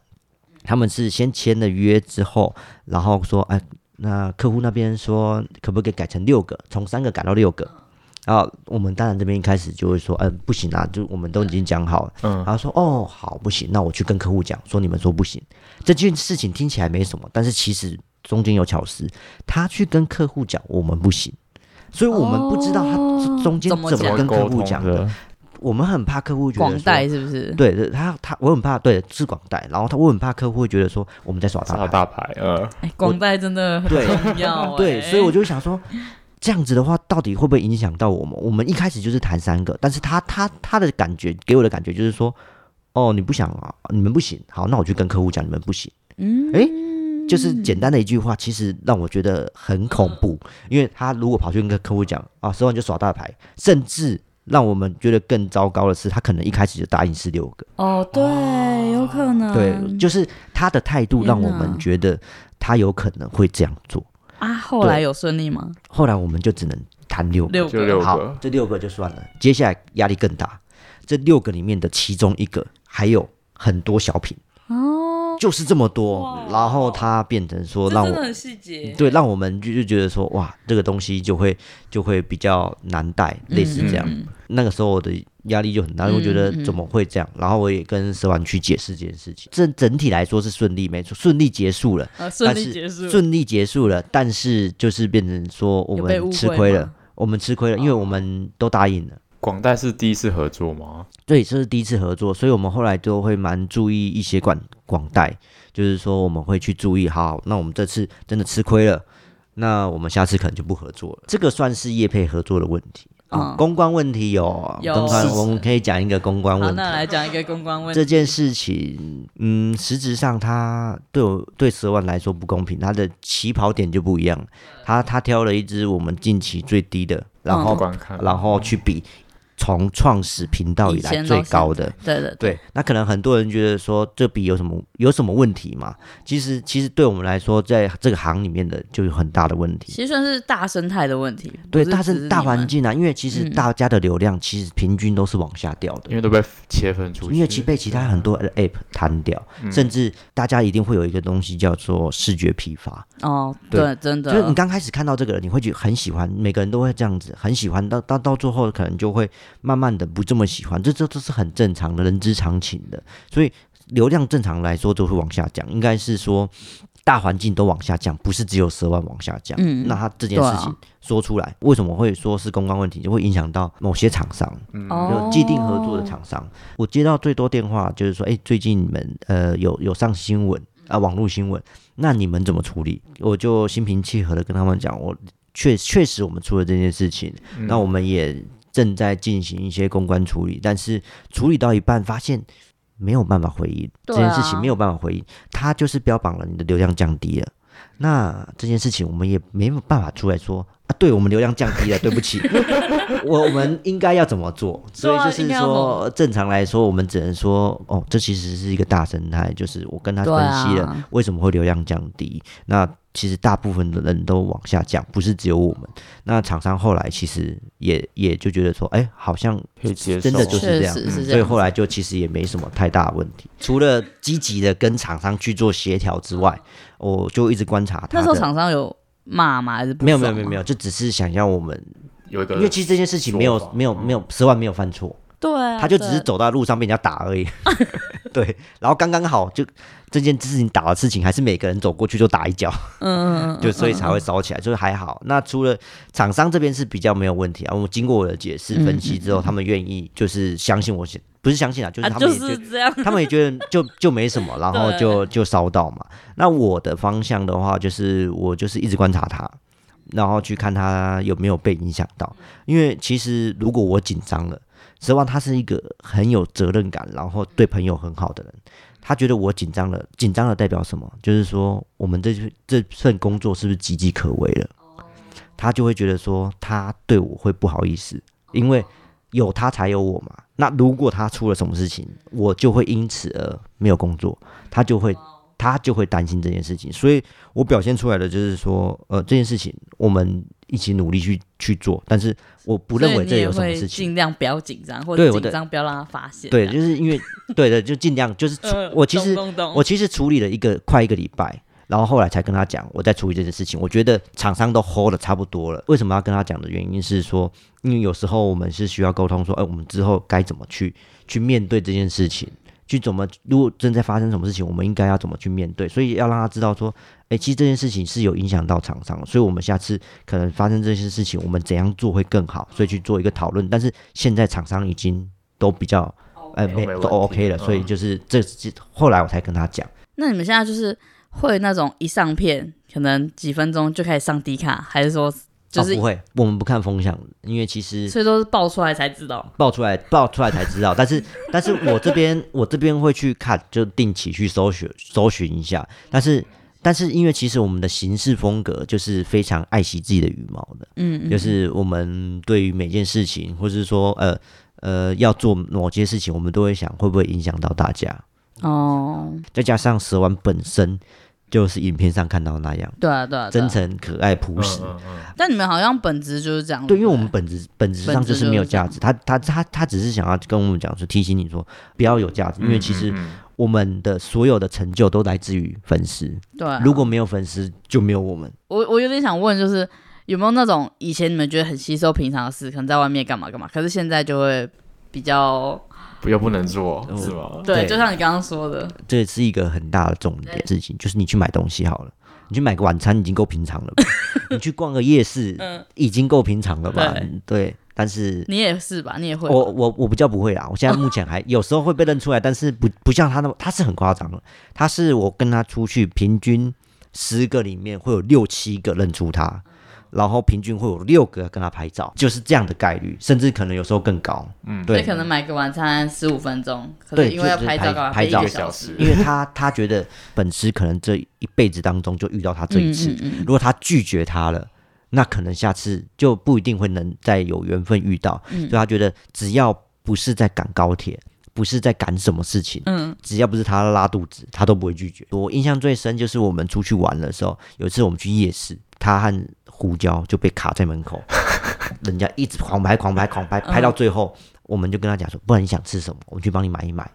Speaker 2: 他们是先签了约之后，然后说，哎，那客户那边说可不可以改成六个，从三个改到六个？然后我们当然这边一开始就会说，嗯、不行啊，就我们都已经讲好了。
Speaker 4: 嗯
Speaker 2: 然后说，哦，好，不行，那我去跟客户讲，说你们说不行。这件事情听起来没什么，但是其实中间有巧思，他去跟客户讲我们不行，所以我们不知道他
Speaker 1: 哦
Speaker 2: 中间
Speaker 1: 怎
Speaker 2: 怎
Speaker 1: 么
Speaker 2: 么
Speaker 1: 讲
Speaker 2: 跟客户
Speaker 4: 沟
Speaker 2: 讲
Speaker 4: 通
Speaker 2: 的。我们很怕客户觉得
Speaker 1: 广
Speaker 2: 说
Speaker 1: 代是不是？
Speaker 2: 对对，他他我很怕，对是广贷，然后他我很怕客户会觉得说我们在耍大
Speaker 4: 大
Speaker 2: 牌，
Speaker 4: 大牌，
Speaker 3: 嗯
Speaker 4: 呃，
Speaker 1: 哎，广代真的很
Speaker 2: 对
Speaker 1: 重要哎。
Speaker 2: 对，所以我就想说，这样子的话到底会不会影响到我们？我们一开始就是谈三个，但是他他他的感觉给我的感觉就是说，哦，你不想啊，你们不行，好，那我去跟客户讲你们不行，
Speaker 1: 嗯，
Speaker 2: 诶就是简单的一句话，其实让我觉得很恐怖，因为他如果跑去跟客户讲啊，十万就耍大牌，甚至让我们觉得更糟糕的是，他可能一开始就答应是六个。
Speaker 1: 哦，对，有可能。
Speaker 2: 对，就是他的态度让
Speaker 1: 嗯
Speaker 2: 我
Speaker 1: 天
Speaker 2: 们
Speaker 1: 哪
Speaker 2: 觉得他有可能会这样做。
Speaker 1: 啊，后来有顺利吗？
Speaker 2: 后来我们就只能谈六个，
Speaker 1: 六
Speaker 4: 就
Speaker 1: 个
Speaker 4: 六
Speaker 2: 好
Speaker 4: 个，，
Speaker 2: 这六个就算了。接下来压力更大，这六个里面的其中一个还有很多小品，
Speaker 1: 哦，
Speaker 2: 就是这么多
Speaker 1: 哇，
Speaker 2: 然后他变成说
Speaker 1: 这
Speaker 2: 让
Speaker 1: 真的
Speaker 2: 我。
Speaker 1: 很细节。
Speaker 2: 对，让我们就就觉得说，哇，这个东西就会就会比较难带，类似这样。
Speaker 1: 嗯
Speaker 2: 那个时候我的压力就很大，我觉得
Speaker 1: 嗯嗯
Speaker 2: 怎么会这样？然后我也跟蛇丸去解释这件事情。这整体来说是顺利，没错，顺利结束了。
Speaker 1: 啊，顺
Speaker 2: 但
Speaker 1: 利
Speaker 2: 是
Speaker 1: 结束，
Speaker 2: 顺利结束了，但是就是变成说我
Speaker 1: 有被
Speaker 2: 们
Speaker 1: 误
Speaker 2: 吃
Speaker 1: 会
Speaker 2: 亏了
Speaker 1: 吗，哦
Speaker 2: 我们吃亏了，因为我们都答应了。
Speaker 4: 广代是第一次合作吗？
Speaker 2: 对，这是第一次合作，所以我们后来就会蛮注意一些管广带，就是说我们会去注意，好，那我们这次真的吃亏了，那我们下次可能就不合作了。这个算是业配合作的问题。啊
Speaker 1: 嗯，
Speaker 2: 公关问题有，
Speaker 5: 有
Speaker 2: 东川我们可以讲一个公关
Speaker 5: 好，
Speaker 2: 问题
Speaker 5: 那。来讲一个公关问
Speaker 2: 这
Speaker 5: 题。
Speaker 2: 件事情，嗯，实质上它对我对十二万来说不公平，它的起跑点就不一样。他他挑了一支我们近期最低的，然后、
Speaker 4: 观
Speaker 3: 嗯
Speaker 4: 看，
Speaker 2: 哦然后去比从创始频道以
Speaker 1: 以
Speaker 2: 来
Speaker 1: 前
Speaker 2: 最
Speaker 1: 到
Speaker 2: 高
Speaker 1: 现
Speaker 2: 的。
Speaker 1: 对对
Speaker 2: 对，那可能很多人觉得说这笔有什么有什么问题嘛？其实其实对我们来说，在这个行里面的就有很大的问题。
Speaker 1: 其实算是大生态的问题，
Speaker 2: 对，
Speaker 1: 不是
Speaker 2: 大
Speaker 1: 只
Speaker 2: 是
Speaker 1: 是
Speaker 2: 大
Speaker 1: 你们
Speaker 2: 环境啊，因为其实
Speaker 1: 嗯
Speaker 2: 大家的流量其实平均都是往下掉的，
Speaker 4: 因为都被切分出去，
Speaker 2: 因为其被其他很多的 app 摊掉，甚至大家一定会有一个东西叫做视觉疲乏，
Speaker 1: 哦，
Speaker 2: 对
Speaker 1: 对，真
Speaker 2: 就是你
Speaker 1: 的，
Speaker 2: 刚开始看到这个人，你会觉得很喜欢，每个人都会这样子，很喜欢，到到到最后可能就会慢慢的不这么喜欢，这这都是很正常的，人之常情的。所以流量正常来说都会往下降，应该是说大环境都往下降，不是只有奢望往下降。
Speaker 1: 嗯
Speaker 2: 那他这件事
Speaker 1: 对
Speaker 2: 情
Speaker 1: 啊
Speaker 2: 说出来，为什么会说是公关问题，就会影响到某些厂商，
Speaker 1: 哦
Speaker 2: 嗯有既定合作的厂商。我接到最多电话就是说，哎、最近你们呃有有上新闻啊、网络新闻，那你们怎么处理？我就心平气和的跟他们讲，我确确实我们出了这件事情，那我们也正在进行一些公关处理，但是处理到一半发现。没有办法回应、这
Speaker 1: 对
Speaker 2: 件事情，
Speaker 1: 啊
Speaker 2: 没有办法回应，它就是标榜了你的流量降低了。那这件事情我们也没有办法出来说啊，对我们流量降 低了，对不起，我我们应该要怎么做？所以就是
Speaker 5: 应该要怎么
Speaker 2: 说，正常来说，我们只能说，哦，这其实是一个大生态，就是我跟他分
Speaker 1: 对啊
Speaker 2: 析了为什么会流量降低。那其实大部分的人都往下降，不是只有我们。那厂商后来其实也也就觉得说，哎，好像
Speaker 4: 可以接受，
Speaker 2: 真的就是这样嗯
Speaker 1: 确实是这样
Speaker 2: 所以后来就其实也没什么太大的问题，除了积极的跟厂商去做协调之外，我就一直观察他
Speaker 1: 那
Speaker 2: 的。
Speaker 1: 时候厂商有骂吗？还是不
Speaker 2: 没有没有
Speaker 1: 爽
Speaker 2: 没有
Speaker 1: 吗
Speaker 2: 没有，就只是想要我们，
Speaker 4: 有一个，
Speaker 2: 因为其实这件事情没
Speaker 4: 说
Speaker 2: 有
Speaker 4: 法
Speaker 2: 没有没有，十万没有犯错，
Speaker 1: 对啊，
Speaker 2: 他就只是
Speaker 1: 对
Speaker 2: 走到路上被人家打 而已。对，然后刚刚好就这件事情打的事情，还是每个人走过去就打一脚，
Speaker 1: 嗯嗯嗯，
Speaker 2: 就所以才会烧起来，就是还好。那除了厂商这边是比较没有问题啊，我经过我的解释分析
Speaker 1: 嗯
Speaker 2: 之后，他们愿意就是相信我写，不是相信啊，就是
Speaker 1: 啊
Speaker 2: 他们
Speaker 1: 就
Speaker 2: 也觉
Speaker 1: 是
Speaker 2: 得
Speaker 1: 这样，
Speaker 2: 他们也觉得就就没什么，然后就就烧到嘛。那我的方向的话，就是我就是一直观察他，然后去看他有没有被影响到。因为其实如果我紧张了，实望他是一个很有责任感，然后对朋友很好的人。他觉得我紧张了，紧张了代表什么？就是说我们这这份工作是不是岌岌可危了？他就会觉得说他对我会不好意思，因为有他才有我嘛。那如果他出了什么事情，我就会因此而没有工作，他就会他就会担心这件事情。所以我表现出来的就是说，呃，这件事情我们一起努力去去做，但是我不认为这有什
Speaker 1: 所以
Speaker 2: 么
Speaker 1: 你也
Speaker 2: 事
Speaker 1: 会
Speaker 2: 情。
Speaker 1: 尽量不要紧张，或
Speaker 2: 对
Speaker 1: 者
Speaker 2: 我
Speaker 1: 紧
Speaker 2: 的
Speaker 1: 张不要让他发现。
Speaker 2: 对，
Speaker 1: 这样，
Speaker 2: 就是因为对的，就尽 量就是处
Speaker 1: 嗯
Speaker 5: 呃
Speaker 2: 我其实
Speaker 5: 懂懂
Speaker 2: 我
Speaker 5: 懂
Speaker 2: 其实处理了一个快一个礼拜，然后后来才跟他讲我在处理这件事情。我觉得厂商都 hold 的差不多了，为什么要跟他讲的原因是说，因为有时候我们是需要沟通说，哎，我们之后该怎么去去面对这件事情，去怎么如果正在发生什么事情，我们应该要怎么去面对，所以要让他知道说。哎，其实这件事情是有影响到厂商的，所以我们下次可能发生这些事情，我们怎样做会更好，所以去做一个讨论。但是现在厂商已经都比较，哎，没
Speaker 4: 没问
Speaker 2: 都
Speaker 4: 题嗯
Speaker 2: OK 了，所以就是这这后来我才跟他讲。
Speaker 1: 那你们现在就是会那种一上片，可能几分钟就开始上低卡，还是说就是
Speaker 2: 哦、不会，我们不看风向，因为其实
Speaker 1: 所以都是爆出来才知道。
Speaker 2: 爆出来爆出来才知道。但是但是我这边我这边会去看，就定期去搜寻搜寻一下。但是但是因为其实我们的行事风格就是非常爱惜自己的羽毛的，
Speaker 1: 嗯，嗯
Speaker 2: 就是我们对于每件事情，或是说呃呃要做某些事情，我们都会想会不会影响到大家。
Speaker 1: 哦，
Speaker 2: 再加上蛇丸本身就是影片上看到的那样，
Speaker 1: 对啊，对啊，对啊
Speaker 2: 真诚、可爱、朴实。
Speaker 4: 嗯嗯嗯
Speaker 1: 但你们好像本质就是这样。
Speaker 2: 对，
Speaker 1: 不
Speaker 2: 因为我们本质本质上
Speaker 1: 本质
Speaker 2: 就是没有
Speaker 1: 就是这
Speaker 2: 价
Speaker 1: 样
Speaker 2: 值，他他他他只是想要跟我们讲说，提醒你说不要有价值，因为其实
Speaker 4: 嗯嗯
Speaker 2: 我们的所有的成就都来自于粉丝，
Speaker 1: 对啊，
Speaker 2: 如果没有粉丝就没有我们。
Speaker 1: 我我有点想问，就是有没有那种以前你们觉得很吸收平常的事，可能在外面干嘛干嘛，可是现在就会比较
Speaker 4: 不嗯又不能做
Speaker 2: 哦
Speaker 4: 是吗？
Speaker 1: 对，
Speaker 2: 对
Speaker 1: 就像你刚刚说的，
Speaker 2: 这是一个很大的重点事情，就是你去买东西好了，你去买个晚餐已经够平常 了吧，你去逛个夜市已经够平常了吧？对，但是
Speaker 1: 嗯你也是吧？你也会吧
Speaker 2: 我我我比较不会啦，我现在目前还有时候会被认出来，但是不不像他那么，他是很夸张的，他是我跟他出去平均十个里面会有六七个认出他，然后平均会有六个跟他拍照，就是这样的概率，甚至可能有时候更高。嗯，
Speaker 1: 所以
Speaker 2: 对，
Speaker 1: 可能买个晚餐十五分钟，可
Speaker 2: 对
Speaker 1: 是因为要
Speaker 2: 就是
Speaker 1: 拍
Speaker 2: 拍
Speaker 1: 照，干嘛
Speaker 2: 拍
Speaker 1: 飞一
Speaker 2: 照
Speaker 1: 个
Speaker 2: 一个
Speaker 1: 小
Speaker 4: 小
Speaker 1: 时
Speaker 4: 时？
Speaker 2: 因为他他觉得粉丝可能这一辈子当中就遇到他这一次，
Speaker 1: 嗯嗯
Speaker 2: 如果他拒绝他了，那可能下次就不一定会能再有缘分遇到。所以他觉得只要不是在赶高铁，不是在赶什么事情，
Speaker 1: 嗯，
Speaker 2: 只要不是他拉肚子，他都不会拒绝。我印象最深就是我们出去玩的时候，有一次我们去夜市，他和胡椒就被卡在门口，人家一直狂拍、狂拍、狂拍，拍到最后。我们就跟他讲说，不然你想吃什么，我们去帮你买一买。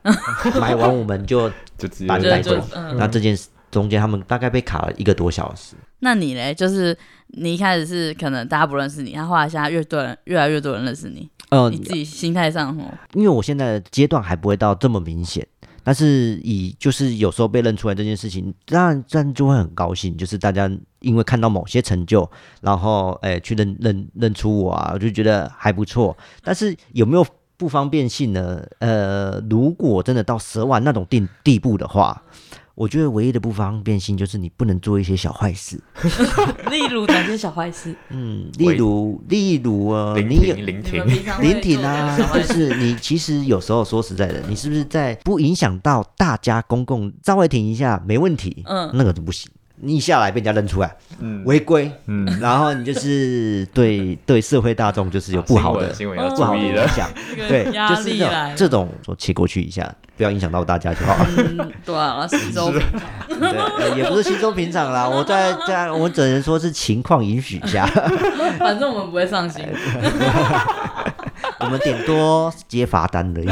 Speaker 2: 买完我们就
Speaker 4: 就直
Speaker 2: 把
Speaker 4: 接
Speaker 2: 你
Speaker 1: 对
Speaker 2: 带
Speaker 1: 就
Speaker 2: 走。
Speaker 1: 嗯
Speaker 2: 那这件事中间，他们大概被卡了一个多小时。
Speaker 1: 那你嘞，就是你一开始是可能大家不认识你，然后后来现在越多人越来越多人认识你，
Speaker 2: 嗯
Speaker 1: 你，自己心态上哦，
Speaker 2: 因为我现在的阶段还不会到这么明显，但是以就是有时候被认出来这件事情，当然这样就会很高兴，就是大家因为看到某些成就，然后哎、去认认认出我啊，我就觉得还不错。但是有没有不方便性呢？呃，如果真的到蛇丸那种地地步的话。我觉得唯一的不方便性就是你不能做一些小坏事，
Speaker 1: 例如哪些小坏事？
Speaker 2: 嗯，例
Speaker 4: 喂
Speaker 2: 如例如呃，
Speaker 4: 聆
Speaker 2: 你有
Speaker 4: 听聆
Speaker 1: 你
Speaker 4: 听
Speaker 1: 们，平常会
Speaker 2: 林挺啊
Speaker 1: 做什，么小
Speaker 2: 就
Speaker 1: 坏事
Speaker 2: 是你其实有时候说实在的，你是不是在不影响到大家公共稍微停一下没问题，
Speaker 1: 嗯
Speaker 2: 那个都不行。你一下来被人家认出来，
Speaker 4: 嗯
Speaker 2: 违规，
Speaker 4: 嗯，
Speaker 2: 然后你就是对 对社会大众就是有不好的、
Speaker 4: 啊
Speaker 2: 哦
Speaker 4: 新闻新闻要
Speaker 2: 不好
Speaker 4: 注
Speaker 2: 的
Speaker 4: 意
Speaker 2: 影
Speaker 4: 了。
Speaker 2: 响，
Speaker 1: 这个
Speaker 2: 对，
Speaker 1: 压
Speaker 2: 就是
Speaker 1: 力
Speaker 2: 这
Speaker 1: 来
Speaker 2: 种
Speaker 1: 了，
Speaker 2: 这种说切过去一下，不要影响到大家就好 了。
Speaker 1: 嗯， 对啊，四周平常
Speaker 2: 对，呃也不是稀松平常啦，我在这样，我只能说是情况允许下，
Speaker 1: 反正我们不会上心。
Speaker 2: 我们顶多接罚单而已。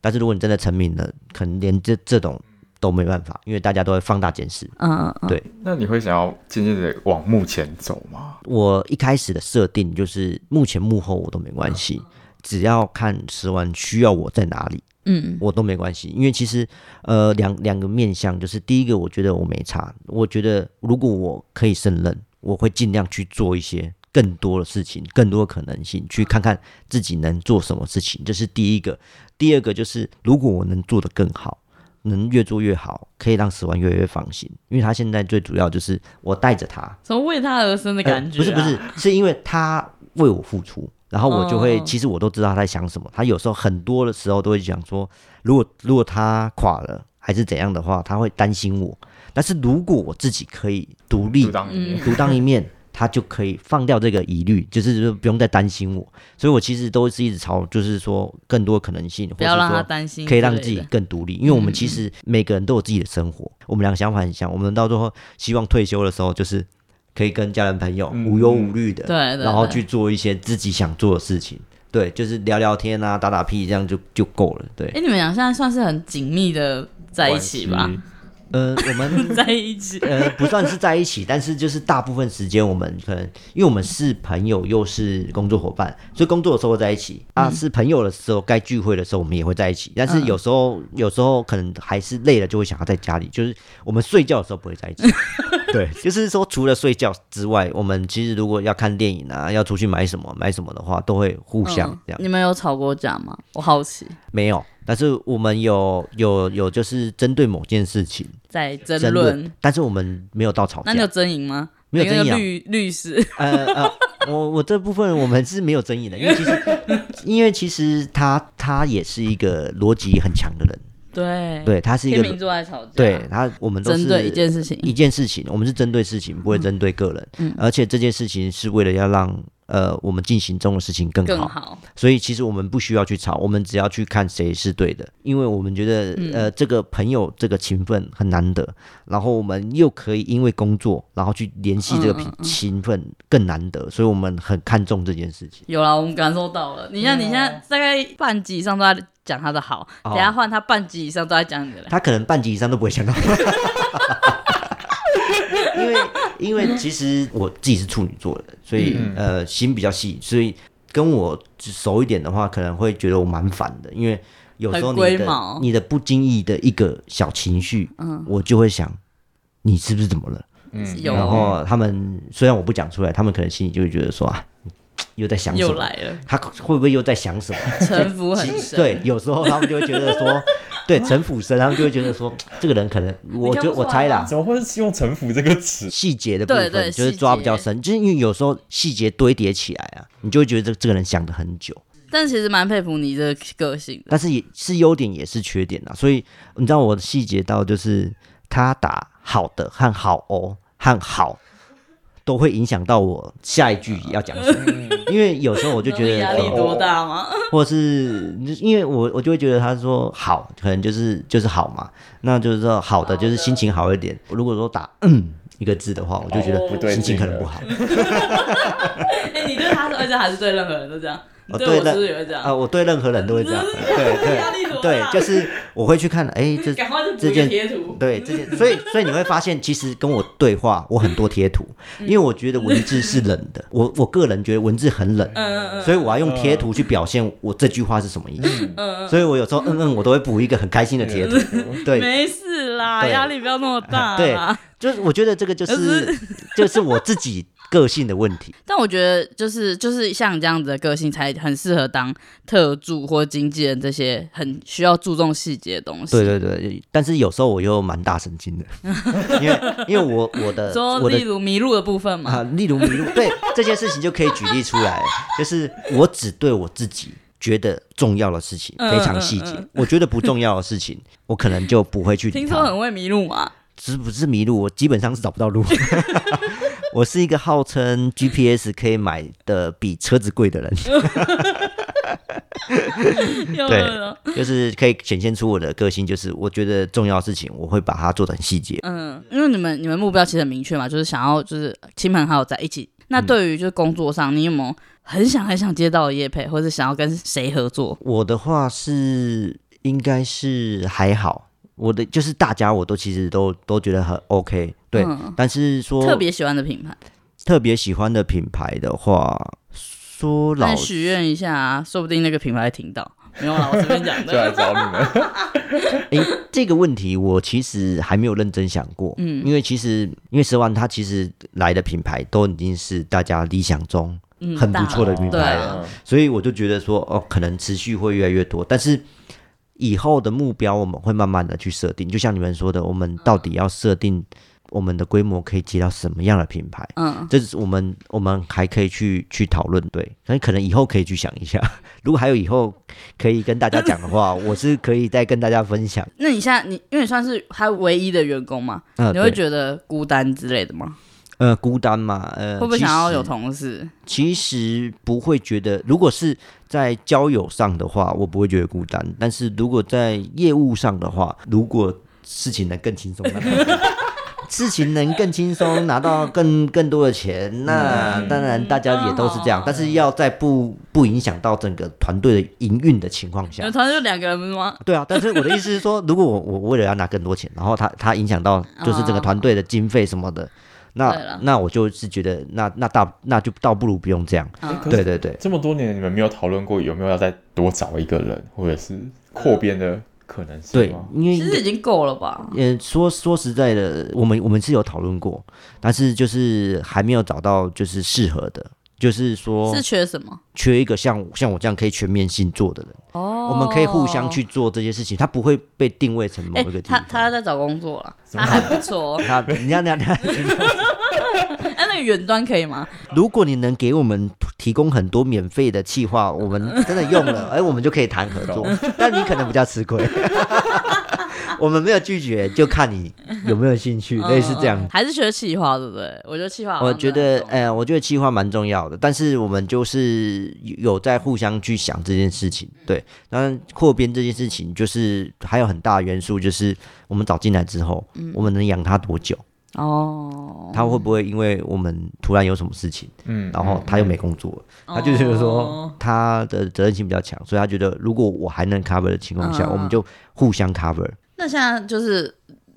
Speaker 2: 但是如果你真的成名了，可能连这这种都没办法，因为大家都会放大检视。
Speaker 1: 嗯嗯，
Speaker 4: 那你会想要渐渐的往幕前走吗？
Speaker 2: 我一开始的设定就是幕前幕后我都没关系，只要看十万需要我在哪里，
Speaker 1: 嗯，
Speaker 2: 我都没关系。因为其实呃两两个面向，就是第一个我觉得我没差，我觉得如果我可以胜任，我会尽量去做一些。更多的事情，更多的可能性，去看看自己能做什么事情，这是第一个。第二个就是，如果我能做得更好，能越做越好，可以让十万越来越放心，因为他现在最主要就是我带着他，
Speaker 1: 什么为他而生的
Speaker 2: 呃
Speaker 1: 感觉？啊
Speaker 2: 不是不是，，是因为他为我付出，然后我就会，
Speaker 1: 哦
Speaker 2: 其实我都知道他在想什么。他有时候很多的时候都会讲说，如果如果他垮了还是怎样的话，他会担心我。但是如果我自己可以独立
Speaker 4: 就当你
Speaker 1: 嗯
Speaker 2: 独当一面，他就可以放掉这个疑虑，就是说不用再担心我。所以我其实都是一直朝，就是说更多可能性，或
Speaker 1: 不
Speaker 2: 是
Speaker 1: 要让
Speaker 2: 说
Speaker 1: 他担心之类的，嗯
Speaker 2: 可以让自己更独立，因为我们其实每个人都有自己的生活，我们两个想法很像，我们到最后希望退休的时候就是可以跟家人朋友
Speaker 4: 嗯
Speaker 2: 无忧无虑的，
Speaker 1: 对对对
Speaker 2: 然后去做一些自己想做的事情，对，就是聊聊天啊，打打屁这样就就够了，对
Speaker 1: 哎、，你们俩现在算是很紧密的在一起吧？
Speaker 2: 呃，我 们
Speaker 1: 在一起，
Speaker 2: 呃，不算是在一起，但是就是大部分时间我们可能，因为我们是朋友又是工作伙伴，所以工作的时候在一起啊，
Speaker 1: 嗯
Speaker 2: 是朋友的时候该聚会的时候我们也会在一起，但
Speaker 1: 啊
Speaker 2: 是有时候、有时候可能还是累了就会想要在家里，就是我们睡觉的时候不会在 一起。对，就是说除了睡觉之外，我们其实如果要看电影啊，要出去买什么买什么的话，都会互相
Speaker 1: 嗯
Speaker 2: 这样。
Speaker 1: 你们有吵过架吗？我好奇，
Speaker 2: 没有，但是我们有有有就是针对某件事情
Speaker 1: 在争
Speaker 2: 争
Speaker 1: 论
Speaker 2: 论，，但是我们没有到吵
Speaker 1: 那
Speaker 2: 架
Speaker 1: 你。有争赢吗？
Speaker 2: 没有
Speaker 1: 你那
Speaker 2: 争
Speaker 1: 个
Speaker 2: 赢啊
Speaker 1: 律律师，
Speaker 2: 呃呃，我我这部分我们是没有争议的，因为其实因为其实他他也是一个逻辑很强的人，
Speaker 1: 对，
Speaker 2: 对他是一
Speaker 1: 天秤
Speaker 2: 个
Speaker 1: 座在吵架，
Speaker 2: 对他我们都是
Speaker 1: 针对一件事情，嗯
Speaker 2: 一件事情，我们是针对事情，不会针对个人，而且这件事情是为了要让。呃，我们进行中的事情更好，
Speaker 1: 更好，
Speaker 2: 所以其实我们不需要去吵，我们只要去看谁是对的，因为我们觉得、
Speaker 1: 嗯
Speaker 2: 呃，这个朋友这个情分很难得，然后我们又可以因为工作，然后去联系这
Speaker 1: 嗯
Speaker 2: 个
Speaker 1: 嗯嗯
Speaker 2: 情分更难得，所以我们很看重这件事情。
Speaker 1: 有啦，我们感受到了。你像你现在大概半集以上都在讲他的好，
Speaker 2: 哦
Speaker 1: 等一下换他半集以上都在讲你的嘞。
Speaker 2: 他可能半级以上都不会 想到。因为因为其实我自己是处女座的，所以、
Speaker 1: 嗯
Speaker 2: 呃心比较细，所以跟我熟一点的话，可能会觉得我蛮烦的，因为有时候
Speaker 1: 很
Speaker 2: 你
Speaker 1: 龟
Speaker 2: 的
Speaker 1: 毛
Speaker 2: 你的不经意的一个小情绪，嗯，我就会想你是不是怎么了？
Speaker 1: 有
Speaker 2: 嗯然后他们虽然我不讲出来，他们可能心里就会觉得说啊，又在想什
Speaker 1: 又
Speaker 2: 么？
Speaker 1: 来了，
Speaker 2: 他会不会又在想什么？
Speaker 1: 城府很
Speaker 2: 其
Speaker 1: 深。
Speaker 2: 对，有时候他们就会觉得说，对城府深，他们就会觉得说，这个人可能，我觉得
Speaker 1: 看不
Speaker 2: 我
Speaker 1: 出来
Speaker 2: 猜啦
Speaker 1: 吗，
Speaker 3: 怎么会用城府这个词？
Speaker 2: 细节的部
Speaker 1: 对
Speaker 2: 分
Speaker 1: 对
Speaker 2: 就是抓比较深，就是因为有时候细节堆叠起来啊，你就会觉得这这个人想的很久，
Speaker 1: 但其实蛮佩服你这个个性的。
Speaker 2: 但是也是优点也是缺点啊。所以你知道我的细节到就是他打好的和好哦和好。都会影响到我下一句要讲什么，因为有时候我就觉得
Speaker 1: 压力
Speaker 2: 呃
Speaker 1: 多大吗？
Speaker 2: 或是因为我我就会觉得他说好，可能就是就是好嘛，那就是说好的就是心情好一点。如果说打嗯一个字的话，我就觉
Speaker 1: 哦不
Speaker 2: 得
Speaker 3: 对
Speaker 2: 心情可
Speaker 3: 劲
Speaker 2: 能
Speaker 3: 了
Speaker 2: 不 好。
Speaker 1: 哎、你对他说，而且还是对任何人都这样，你
Speaker 2: 哦
Speaker 1: 对我是不是
Speaker 2: 任
Speaker 1: 也会这样？
Speaker 2: 啊，我对任何人都会这样，
Speaker 1: 嗯
Speaker 2: 对
Speaker 1: 压力多大？
Speaker 2: 对，就是我会去看，哎， 这
Speaker 1: 赶快就补
Speaker 2: 这
Speaker 1: 一个
Speaker 2: 件
Speaker 1: 贴图。
Speaker 2: 对这件，所以所以你会发现，其实跟我对话，我很多贴图，
Speaker 1: 嗯
Speaker 2: 因为我觉得文字是冷的，我我个人觉得文字很冷，
Speaker 1: 嗯嗯
Speaker 2: 所以我要用贴图去表现我这句话是什么意思，所以我有时候嗯嗯，我都会补一个很开心的贴图，对，
Speaker 1: 嗯没事啦，
Speaker 2: 对
Speaker 1: 压力不要那么大
Speaker 2: 对
Speaker 1: 啦。，
Speaker 2: 就是我觉得这个就
Speaker 1: 可
Speaker 2: 是 就是我自己个性的问 题。
Speaker 1: 但我觉得就是就是像你这样子的个性，才很适合当特助或经纪人这些很需要注重细节的东西。
Speaker 2: 对对对，但是有时候我又蛮大 神经的，因为因为我我的
Speaker 1: 说
Speaker 2: 我
Speaker 1: 例
Speaker 2: 的
Speaker 1: 如迷路的部分嘛，
Speaker 2: 啊，例如迷路，对这件事情就可以举例出来，就是我只对我自己。觉得重要的事情
Speaker 1: 嗯
Speaker 2: 非常细节，我觉得不重要的 事情，我可能就不会去理
Speaker 1: 听说
Speaker 2: 它。
Speaker 1: 很会迷路嘛，
Speaker 2: 是不是迷路？我基本上是找不到 路。我是一个号称 GPS 可以买的比车子贵的人。
Speaker 1: 又
Speaker 2: 对
Speaker 1: 了，
Speaker 2: 就是可以显现出我的个性，就是我觉得重要的事情，我会把它做的很细节。
Speaker 1: 嗯，因为你们你们目标其实很明确嘛，就是想要就是亲朋好友在一起。那
Speaker 2: 嗯
Speaker 1: 对于就是工作上，你有没有很想很想接到的业配，或者想要跟谁合作？
Speaker 2: 我的话是应该是还好，我的就是大家我都其实都都觉得很 OK，对。
Speaker 1: 嗯
Speaker 2: 但是说
Speaker 1: 特别喜欢的品牌，
Speaker 2: 特别喜欢的品牌的话，说
Speaker 1: 那
Speaker 2: 老
Speaker 1: 你许愿一下啊，说不定那个品牌会听到。没有啦，我随便讲
Speaker 4: 就来
Speaker 1: 的。
Speaker 4: 找你们。
Speaker 2: 诶，这个问题我其实还没有认真想过，嗯，因为其实因为十万它其实来的品牌都已经是大家理想中
Speaker 1: 嗯
Speaker 2: 很不 错的品
Speaker 1: 对
Speaker 2: 牌
Speaker 1: 啊
Speaker 2: 了，所以我就觉得说，哦，可能持续会越来越多，但是以后的目标我们会慢慢的去设定，就像你们说的，我们到底要设定我们的规模可以接到什么样的品牌，
Speaker 1: 嗯，
Speaker 2: 这是我们我们还可以去去讨论，对，但可能以后可以去想一下， 如果还有以后可以跟大家讲的话，我是可以再跟大家分享。
Speaker 1: 那你现在你因为你算是他唯一的员工嘛，
Speaker 2: 嗯、
Speaker 1: 你会
Speaker 2: 对
Speaker 1: 觉得孤单之类的吗？
Speaker 2: 呃孤单嘛，呃，
Speaker 1: 会不会想要有
Speaker 2: 其实
Speaker 1: 同事？
Speaker 2: 其实不会觉得，如果是在交友上的话，我不会觉得孤单；但是如果在业务上的话，如果事情能更轻松， 那事情能更轻松，拿到更更多的钱，那当然大家也都是这样，但是要在不不影响到整个团队的营运的情况
Speaker 1: 有
Speaker 2: 下。
Speaker 1: 同事就两个人不是吗？
Speaker 2: 对啊，但是我的意思是说，如果我我为了要拿更多钱，然后他他影响到就是整个团队的经费什么的，
Speaker 1: 对了
Speaker 2: 那那我就是觉得那那大那就倒不如不用这样。
Speaker 1: 嗯
Speaker 3: 可是
Speaker 2: 对对对，
Speaker 3: 这么多年，你们没有讨论过有没有要再多找一个人，或者是扩编的可能性
Speaker 2: 对
Speaker 3: 吗？，
Speaker 2: 因
Speaker 1: 其实
Speaker 2: 为
Speaker 1: 已经够了吧？
Speaker 2: 呃，说说实在的，我们我们是有讨论过，但是就是还没有找到就是适合的，就是说
Speaker 1: 是缺什么？
Speaker 2: 缺一个像像我这样可以全面性做的人，
Speaker 1: 哦
Speaker 2: 我们可以互相去做这些事情，他不会被定位成某
Speaker 1: 哎、
Speaker 2: 一个地
Speaker 1: 他
Speaker 2: 方。
Speaker 1: 他在找工作了，他还不错、哦。
Speaker 2: 他你看，你看，你 看，
Speaker 1: 哎、那个远端可以吗？
Speaker 2: 如果你能给我们提供很多免费的企划，我们真的用 了，哎，我们就可以谈合作。但你可能比较吃亏， 我们没有拒绝，就看你有没有兴趣，类似这样
Speaker 1: 嗯嗯嗯还是学企划对不对？我觉得企划好像啊
Speaker 2: 我觉得
Speaker 1: 真的，很重要
Speaker 2: 呃，我觉得计划蛮重要的，但是我们就是有在互相去想这件事情。对，当然扩编这件事情，就是还有很大的元素，就是我们找进来之后，我们能养它多久？
Speaker 1: 嗯哦，
Speaker 2: 它会不会因为我们突然有什么事情，
Speaker 4: 嗯，
Speaker 2: 然后它又没工作了？他就觉得说
Speaker 1: 哦，
Speaker 2: 他的责任心比较强，所以他觉得如果我还能 cover 的情况下，
Speaker 1: 嗯
Speaker 2: 我们就互相 cover。
Speaker 1: 那现在就是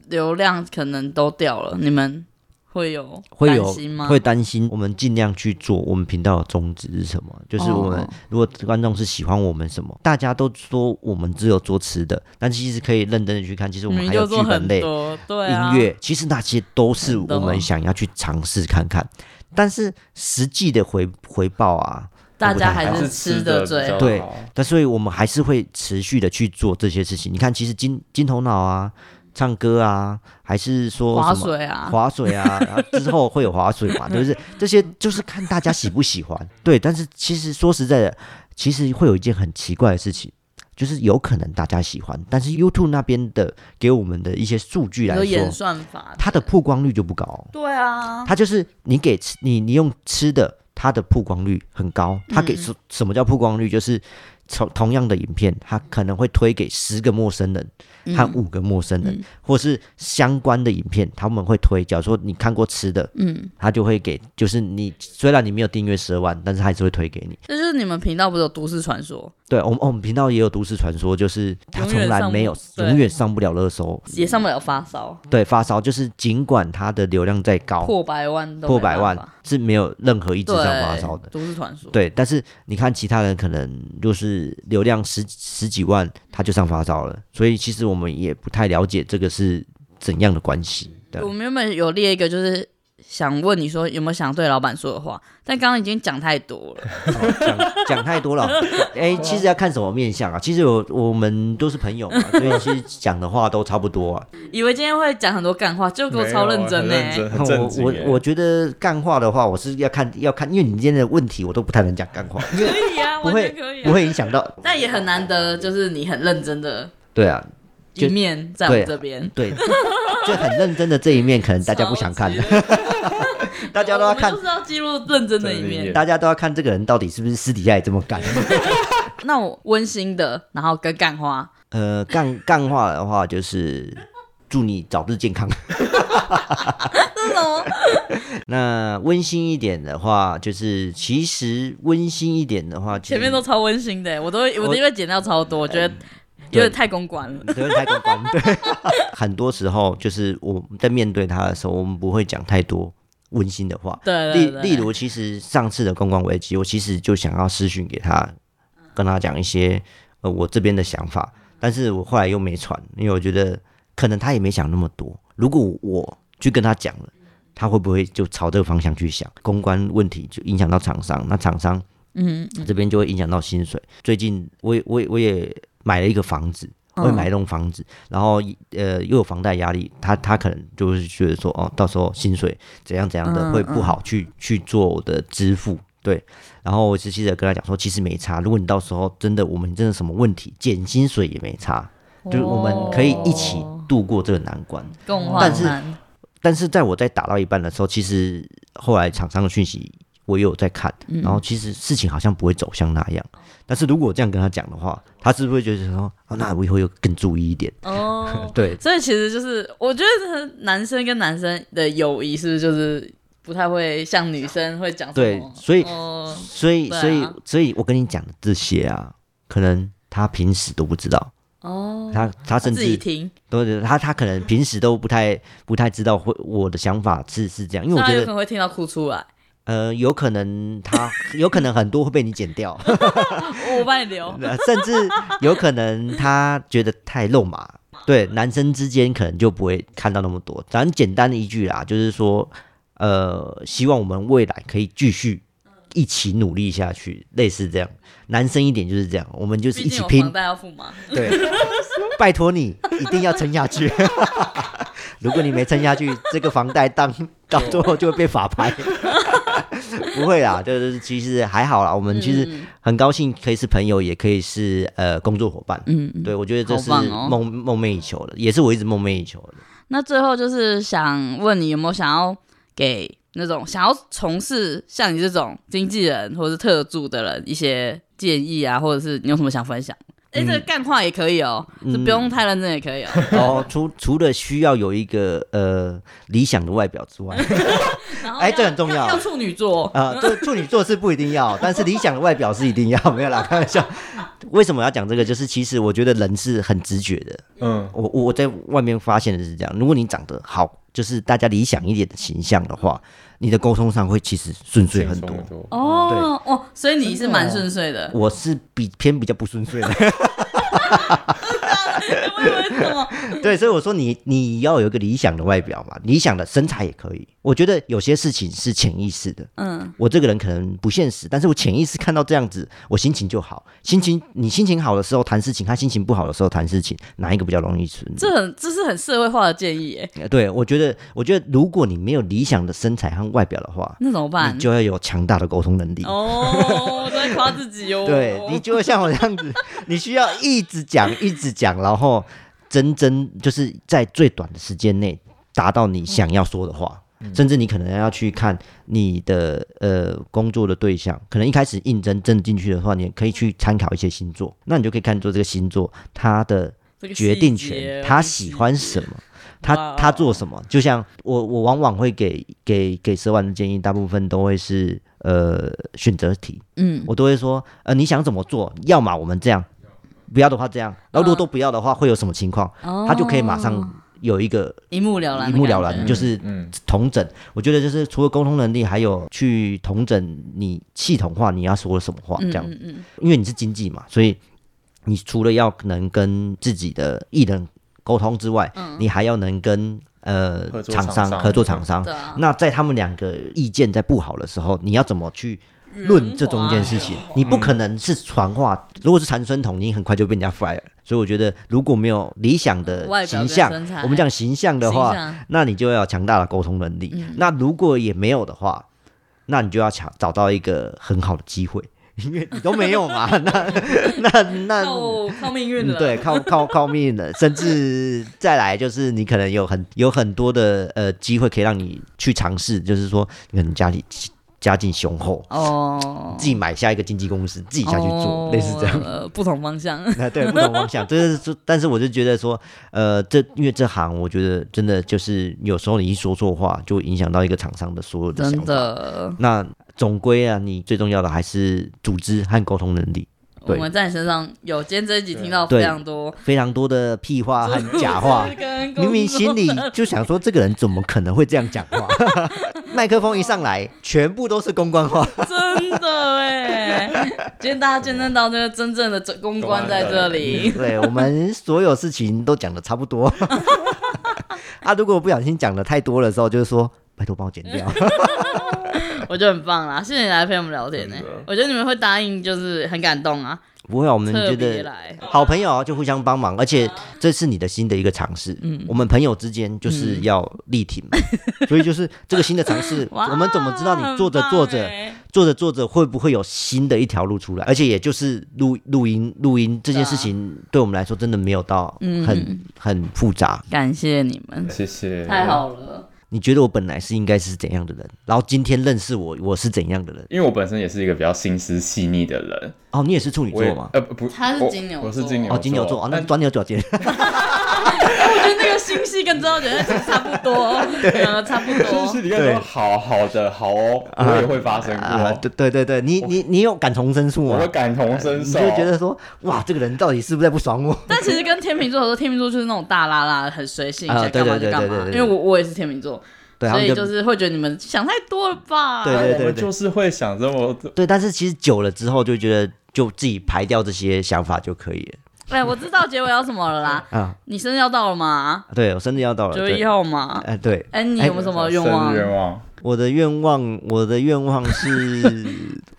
Speaker 1: 流量可能都掉了，你们会有
Speaker 2: 会
Speaker 1: 担
Speaker 2: 有
Speaker 1: 心吗？
Speaker 2: 会担心，我们尽量去做我们频道的宗旨是什么？就是我们
Speaker 1: 哦
Speaker 2: 如果观众是喜欢我们什么，大家都说我们只有做吃的，但其实可以认真的去看，其实我
Speaker 1: 你
Speaker 2: 们
Speaker 1: 们
Speaker 2: 还
Speaker 1: 就
Speaker 2: 有剧
Speaker 1: 嗯做
Speaker 2: 本
Speaker 1: 很
Speaker 2: 类、
Speaker 1: 多，对啊，
Speaker 2: 音乐，其实那些都是
Speaker 1: 真
Speaker 2: 我
Speaker 1: 的哦
Speaker 2: 们想要去尝试看看，但是实际的回回报啊，
Speaker 1: 大家
Speaker 2: 还
Speaker 1: 还
Speaker 2: 好
Speaker 1: 是
Speaker 3: 吃
Speaker 1: 的
Speaker 3: 得
Speaker 1: 最
Speaker 3: 比较
Speaker 1: 好
Speaker 2: 对
Speaker 3: 好
Speaker 2: 但所以我们还是会持续的去做这些事情。你看，其实金金头脑啊，唱歌啊，还是说
Speaker 1: 划
Speaker 2: 什么
Speaker 1: 水啊，
Speaker 2: 划 水啊，然后之后会有划水嘛，对不对？这些就是看大家喜不喜 欢。对，但是其实说实在的，其实会有一件很奇怪的事情，就是有可能大家喜欢，但是 YouTube 那边的给我们的一些数据来
Speaker 1: 有演
Speaker 2: 说，
Speaker 1: 算法之类，
Speaker 2: 它的曝光率就不高、
Speaker 1: 对啊，
Speaker 2: 它就是你给吃你你用吃的，它的曝光率很高。它给
Speaker 1: 嗯
Speaker 2: 什、什么叫曝光率？就是同同样的影片，它可能会推给十个陌生人和
Speaker 1: 嗯
Speaker 2: 五个陌生人，
Speaker 1: 嗯
Speaker 2: 或是相关的影片，他们会推。假如说你看过吃的，
Speaker 1: 嗯，
Speaker 2: 它就会给，就是你虽然你没有订阅十二万，但是它还是会推给你。
Speaker 1: 这就是你们频道不是有都市传说，
Speaker 2: 对我们我们频道也有都市传说，就是它
Speaker 1: 永
Speaker 2: 从
Speaker 1: 远
Speaker 2: 来
Speaker 1: 上
Speaker 2: 没
Speaker 1: 不
Speaker 2: 有
Speaker 1: 对
Speaker 2: 永远上不了热搜，
Speaker 1: 也上不了发烧，
Speaker 2: 对发烧就是尽管它的流量再高。
Speaker 1: 破百万都
Speaker 2: 破
Speaker 1: 没办
Speaker 2: 百万
Speaker 1: 法
Speaker 2: 是没有任何一直
Speaker 1: 对
Speaker 2: 上发烧的，
Speaker 1: 都市传说，
Speaker 2: 对，但是你看其他人可能就是流量十十几万，他就上发烧了，所以其实我们也不太了解这个是怎样的关系。对
Speaker 1: 我，们原本有列一个就是。想问你说有没有想对老板说的话？但刚刚已经讲太多了，
Speaker 2: 讲 讲太多了。哎、其实要看什么面相啊？其实我我们都是 朋友嘛，所以其实讲的话都差不多啊。
Speaker 1: 以为今天会讲很多干话，就给我
Speaker 3: 没
Speaker 1: 超
Speaker 3: 有啊
Speaker 1: 认真欸
Speaker 3: 很
Speaker 1: 呢、
Speaker 3: 认真，很正
Speaker 2: 哦我
Speaker 3: 经欸
Speaker 2: 我
Speaker 3: 耶。
Speaker 2: 我觉得干话的话，我是要看要看，因为你今天的问题我都不太能讲干话，因为
Speaker 1: 可以啊，
Speaker 2: 不
Speaker 1: 完
Speaker 2: 会
Speaker 1: 全可以、啊，
Speaker 2: 不会影响到。
Speaker 1: 但也很难得，就是你很认真的
Speaker 2: 对啊，就
Speaker 1: 一面在我们
Speaker 2: 对
Speaker 1: 这边，
Speaker 2: 对，就很认真的这一面，可能大家不想看，
Speaker 1: 超级的，
Speaker 2: 大家都要看
Speaker 1: 我们就是要记录认真的一
Speaker 3: 真的一
Speaker 1: 面。
Speaker 3: 面
Speaker 2: 大家都要看这个人到底是不是私底下也这么干。
Speaker 1: 那我温馨的，然后跟干花，
Speaker 2: 呃，干干话的话就是祝你早日健康。
Speaker 1: 这种
Speaker 2: 那温馨一点的话，就是其实温馨一点的话，
Speaker 1: 前面都超温馨的，欸我都会我都会剪掉超多，
Speaker 2: 嗯
Speaker 1: 我觉得有点太公关了。
Speaker 2: 都会太 过关。对， 很多时候就是我们在面对他的时候，我们不会讲太多温馨的话。
Speaker 1: 对
Speaker 2: 例
Speaker 1: 对对，
Speaker 2: 例如，其实上次的公关危机，我其实就想要私讯给他，
Speaker 1: 嗯
Speaker 2: 跟他讲一些呃我这边的想法，但是我后来又没传，因为我觉得可能他也没想那么多。如果我去跟他讲
Speaker 1: 嗯
Speaker 2: 了，他会不会就朝这个方向去想？公关问题就影响到厂商，那厂商
Speaker 1: 嗯，嗯
Speaker 2: 这边就会影响到薪水。最近我也我也我也买了一个房子，我也买了一栋房子，然后呃又有房贷压力，他他可能就是觉得说哦，到时候薪水怎样怎样的
Speaker 1: 嗯
Speaker 2: 会不好去、去做我的支付。对，然后我是记得跟他讲说，其实没差。如果你到时候真的我们真的什么问题，减薪水也没差，
Speaker 1: 哦
Speaker 2: 就是我们可以一起度过这个难关。
Speaker 1: 共患
Speaker 2: 但是
Speaker 1: 难，
Speaker 2: 但是在我在打到一半的时候，其实后来厂商的讯息我也有在看，
Speaker 1: 嗯
Speaker 2: 然后其实事情好像不会走向那样。但是如果我这样跟他讲的话，他是不是会觉得说，哦，那我以后要更注意一点？。
Speaker 1: 哦
Speaker 2: 对，
Speaker 1: 所以其实就是，我觉得男生跟男生的友谊是不是就是不太会像女生会讲什
Speaker 2: 对
Speaker 1: 么
Speaker 2: 所以
Speaker 1: 哦
Speaker 2: 所以，
Speaker 1: 对啊
Speaker 2: 所以，所以我跟你讲的这些啊，可能他平时都不知道，
Speaker 1: 哦，
Speaker 2: 他他甚
Speaker 1: 自己
Speaker 2: 至
Speaker 1: 听，
Speaker 2: 都他他可能平时都不太不太知道会我的想法是是这样，因为我
Speaker 1: 那
Speaker 2: 觉
Speaker 1: 有可
Speaker 2: 得
Speaker 1: 能会听到哭出来。
Speaker 2: 呃，有可能他有可能很多会被你剪掉。
Speaker 1: 我帮你留。
Speaker 2: 呃甚至有可能他觉得太肉麻。对，男生之间可能就不会看到那么多。咱简单的一句啦，就是说，呃，希望我们未来可以继续一起努力下去，类似这样。男生一点就是这样，我们就是
Speaker 1: 毕
Speaker 2: 一起
Speaker 1: 竟我
Speaker 2: 拼
Speaker 1: 房，贷要付嘛。
Speaker 2: 对，拜托你一定要撑下去。 如果你没撑下去，这个房贷当到最后就会被法拍。 不会啦，就是其实还好啦，我们其实
Speaker 1: 嗯
Speaker 2: 很高兴可以是朋友，也可以是呃工作伙伴。
Speaker 1: 嗯，嗯
Speaker 2: 对，我觉得这是
Speaker 1: 好棒哦
Speaker 2: 梦梦寐以求的，也是我一直梦寐以求的。
Speaker 1: 那最后就是想问你有没有想要给那种想要从事像你这种经纪人或是特助的人一些建议啊，或者是你有什么想分享？
Speaker 2: 嗯
Speaker 1: 哎、这个干话也可以哦，这不用太认真也可以 哦。
Speaker 2: 哦，除除了需要有一个呃理想的外表之外，
Speaker 1: 然后
Speaker 2: 哎
Speaker 1: 要
Speaker 2: 这很重要
Speaker 1: 要要处女座，
Speaker 2: 啊， 这处女座是不一定要，但是理想的外表是一定要，没有啦，开玩笑。为什么要讲这个？就是其实我觉得人是很直觉的。
Speaker 3: 嗯，
Speaker 2: 我我我在外面发现的是这样，如果你长得好，就是大家理想一点的形象的话，你的沟通上会其实顺遂
Speaker 3: 轻
Speaker 2: 很
Speaker 3: 松
Speaker 2: 多
Speaker 3: 很。多
Speaker 1: 哦哦，所以你是蛮顺遂的。
Speaker 2: 我是比偏比较不顺遂的，哦
Speaker 1: 我我以为什么？
Speaker 2: 对，所以我说你你要有一个理想的外表嘛，理想的身材也可以。我觉得有些事情是潜意识的，
Speaker 1: 嗯，
Speaker 2: 我这个人可能不现实，但是我潜意识看到这样子，我心情就好。心情你心情好的时候谈事情，他心情不好的时候谈事情，哪一个比较容易存？
Speaker 1: 这很这是很社会化的建议耶，
Speaker 2: 呃对我觉得，我觉得如果你没有理想的身材和外表的话，
Speaker 1: 那怎么办
Speaker 2: 你？就要有强大的沟通能力。
Speaker 1: 哦，我在夸自己哦。
Speaker 2: 对你就会像我这 样子，你需要一直讲，一直讲，然后真真就是在最短的时间内达到你想要说的话，
Speaker 1: 嗯
Speaker 2: 甚至你可能要去看你的呃工作的对象，可能一开始应征真的进去的话，你可以去参考一些星座，那你就可以看出这个星座它的
Speaker 1: 这个细节
Speaker 2: 决定权，他喜欢什么，他他做什么。就像我，我往往会给给给蛇丸的建议，大部分都会是呃选择题，
Speaker 1: 嗯，
Speaker 2: 我都会说，呃，你想怎么做？要么我们这样，不要的话这
Speaker 3: 嗯
Speaker 2: 样。然后如果都不要的话，会有什么情况？
Speaker 1: 哦
Speaker 2: 他就可以马上有一个
Speaker 1: 一目了然，
Speaker 2: 一目了然，，就是
Speaker 3: 嗯，
Speaker 2: 同整。我觉得就是除了沟通能力，还有去同整你系统化你要说什么话这
Speaker 1: 嗯
Speaker 2: 样子
Speaker 1: 嗯嗯，
Speaker 2: 因为你是经济嘛，所以你除了要能跟自己的艺人沟通之外，
Speaker 1: 嗯
Speaker 2: 你还要能跟呃
Speaker 3: 合作
Speaker 2: 厂
Speaker 3: 厂
Speaker 2: 商
Speaker 3: 商
Speaker 2: 合作厂商
Speaker 1: 对。啊，
Speaker 2: 那在他们两个意见在不好的时候，你要怎么去论这中间事情？你
Speaker 1: 嗯
Speaker 2: 不可能是传话，如果是传声筒，你很快就被人家 fire。所以我觉得，如果没有理想的
Speaker 1: 外表
Speaker 2: 形
Speaker 1: 跟
Speaker 2: 象
Speaker 1: 身材，
Speaker 2: 我们讲形象的话，
Speaker 1: 形象嗯
Speaker 2: 那你就要有强大的沟通能力。那如果也没有的话，那你就要抢找到一个很好的机会，因为你都没有嘛。那 那那
Speaker 1: 靠靠命运
Speaker 2: 嗯
Speaker 1: 了，
Speaker 2: 对，靠靠靠命的，甚至再来就是你可能有很有很多的呃机会可以让你去尝试，就是说你可能家里家境雄厚，
Speaker 1: 哦，
Speaker 2: 自己买下一个经纪公司，自己下去做，
Speaker 1: 哦
Speaker 2: 类似这样。
Speaker 1: 呃，不同方向，
Speaker 2: 那对，不同 方向，这是这，但是我就觉得说，呃，这因为这行，我觉得真的就是有时候你一说错话，就会影响到一个厂商的所有的想
Speaker 1: 真
Speaker 2: 法。
Speaker 1: 的，
Speaker 2: 那总归啊，你最重要的还是组织和沟通能力，
Speaker 1: 我
Speaker 2: 对
Speaker 1: 们在你身上有，今天这一集听到
Speaker 2: 对
Speaker 1: 非常多
Speaker 2: 非常多的屁话和假话。
Speaker 1: 跟工作
Speaker 2: 明明心里就想说，这个人怎么可能会这样讲话？ 麦克风一上来，全部都是公关话。
Speaker 1: 真的哎，今天大家见证到这个真正的公关在这里。
Speaker 2: 对我们所有事情都讲的差不多。 啊，如果不小心讲的太多的时候，就是说，拜托帮我剪掉。
Speaker 1: 我觉得很棒啦，谢谢你来陪我们聊天呢、我觉得你们会答应，就是很感动啊，
Speaker 2: 不会啊，我们
Speaker 1: 特
Speaker 2: 觉
Speaker 1: 别
Speaker 2: 得
Speaker 1: 来，
Speaker 2: 好朋友啊就互相帮忙，而且这是你的新的一个尝试。
Speaker 1: 嗯
Speaker 2: 我们朋友之间就是要力挺嘛， 所以就是这个新的尝试，
Speaker 1: 哇
Speaker 2: 我们怎么知道你做着做着
Speaker 1: 很棒欸
Speaker 2: 做着做着会不会有新的一条路出来？而且也就是录录音录音这件事情，
Speaker 1: 啊
Speaker 2: 对我们来说真的没有到
Speaker 1: 嗯
Speaker 2: 很、很复杂。
Speaker 1: 感谢你们，
Speaker 3: 谢谢，
Speaker 1: 太好了，
Speaker 2: 你觉得我本来是应该是怎样的人，然后今天认识我，我是怎样的人？
Speaker 3: 因为我本身也是一个比较心思细腻的人，
Speaker 2: 哦，你也是处女
Speaker 3: 我也
Speaker 2: 座吗？
Speaker 3: 呃不，
Speaker 1: 他是
Speaker 3: 我
Speaker 1: 金牛
Speaker 3: 我是
Speaker 1: 座
Speaker 3: 金牛
Speaker 2: 哦，金牛座哦，那
Speaker 3: 但
Speaker 2: 钻牛 角尖。
Speaker 1: 哎我觉得那个星系跟周杰伦其实差不 多，嗯，差不
Speaker 3: 就
Speaker 1: 多
Speaker 3: 是。你看
Speaker 2: 对
Speaker 3: 说好好的好哦，我也会发生
Speaker 2: 啊，
Speaker 3: 过，
Speaker 2: 对对对对，你你你有感同身受
Speaker 3: 我
Speaker 2: 吗
Speaker 3: 会？感同身
Speaker 2: 你
Speaker 3: 受，
Speaker 2: 就
Speaker 1: 啊
Speaker 2: 觉得说，哇，这个人到底是不是在不 爽我？
Speaker 1: 但其实跟天秤座合作，天秤座就是那种大拉拉，很随性，
Speaker 2: 啊
Speaker 1: 想干嘛
Speaker 2: 对对
Speaker 1: 就干
Speaker 2: 对对
Speaker 1: 嘛。
Speaker 2: 对
Speaker 1: 因
Speaker 2: 对
Speaker 1: 为我我也是天秤座，
Speaker 2: 对，他
Speaker 1: 所
Speaker 2: 们
Speaker 1: 以
Speaker 2: 就
Speaker 1: 就是会觉得你们想太多了吧？
Speaker 2: 对对
Speaker 3: 我啊们就是会想这么多，
Speaker 2: 对，但是其实久了之后就觉得，就自己排掉这些想法就可以了。
Speaker 1: 哎，我知道结尾要什么了啦。
Speaker 2: 啊，
Speaker 1: 你生日要到了吗？
Speaker 2: 对我生日要到了，
Speaker 1: 九月一
Speaker 2: 对，
Speaker 1: 号吗？
Speaker 2: 哎，对，
Speaker 1: 哎，你有没有什么愿
Speaker 3: 生
Speaker 1: 望
Speaker 3: 日？愿望，
Speaker 2: 我的愿望，我的愿望 是，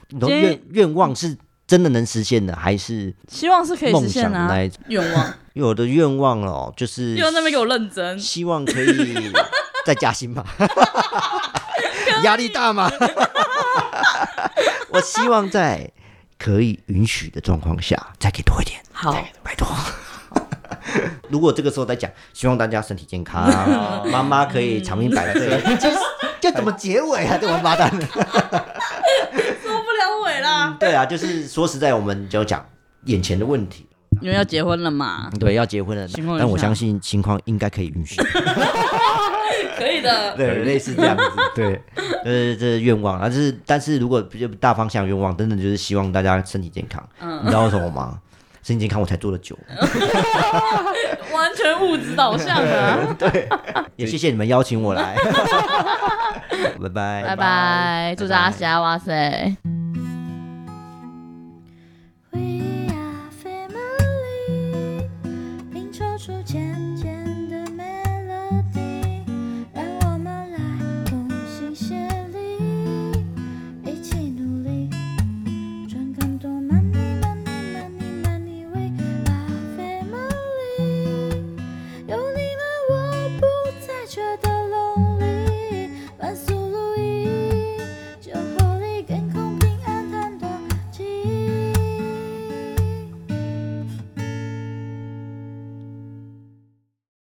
Speaker 2: 你说
Speaker 1: 今
Speaker 2: 愿愿望是真的能实现的，还是
Speaker 1: 希望是可以
Speaker 2: 梦
Speaker 1: 实
Speaker 2: 想
Speaker 1: 现
Speaker 2: 的
Speaker 1: 啊
Speaker 2: 那。一种？
Speaker 1: 愿望，
Speaker 2: 因为我的愿望哦，就是
Speaker 1: 又在那边给我认真，
Speaker 2: 希望可 以再加薪吧，压力大吗？ 我希望在可以允许的状况下，再给多一点，
Speaker 1: 好，
Speaker 2: 拜托。 如果这个时候再讲，希望大家身体健 康，妈妈可以长命百岁，这怎么结尾啊？这王八蛋！
Speaker 1: 受不了尾啦！
Speaker 2: 对啊，就是说实在，我们就讲眼前的问题。
Speaker 1: 因为要结婚了 嘛，
Speaker 2: 对，要结婚了
Speaker 1: 情况，
Speaker 2: 但我
Speaker 1: 一下
Speaker 2: 相信情况应该可以允许。
Speaker 1: 可以的。
Speaker 2: 对，类似这样子。 对，呃，这是愿望啊，就是但是如果比较大方向愿望，真的就是希望大家身体健康。
Speaker 1: 嗯
Speaker 2: 你知道为什么吗？身体健康我才做的久。
Speaker 1: 完全物质导向啊！
Speaker 2: 也谢谢你们邀请 我来。拜拜。
Speaker 1: 拜拜，祝大家喜爱哇塞！
Speaker 5: We are family，拼凑出觉得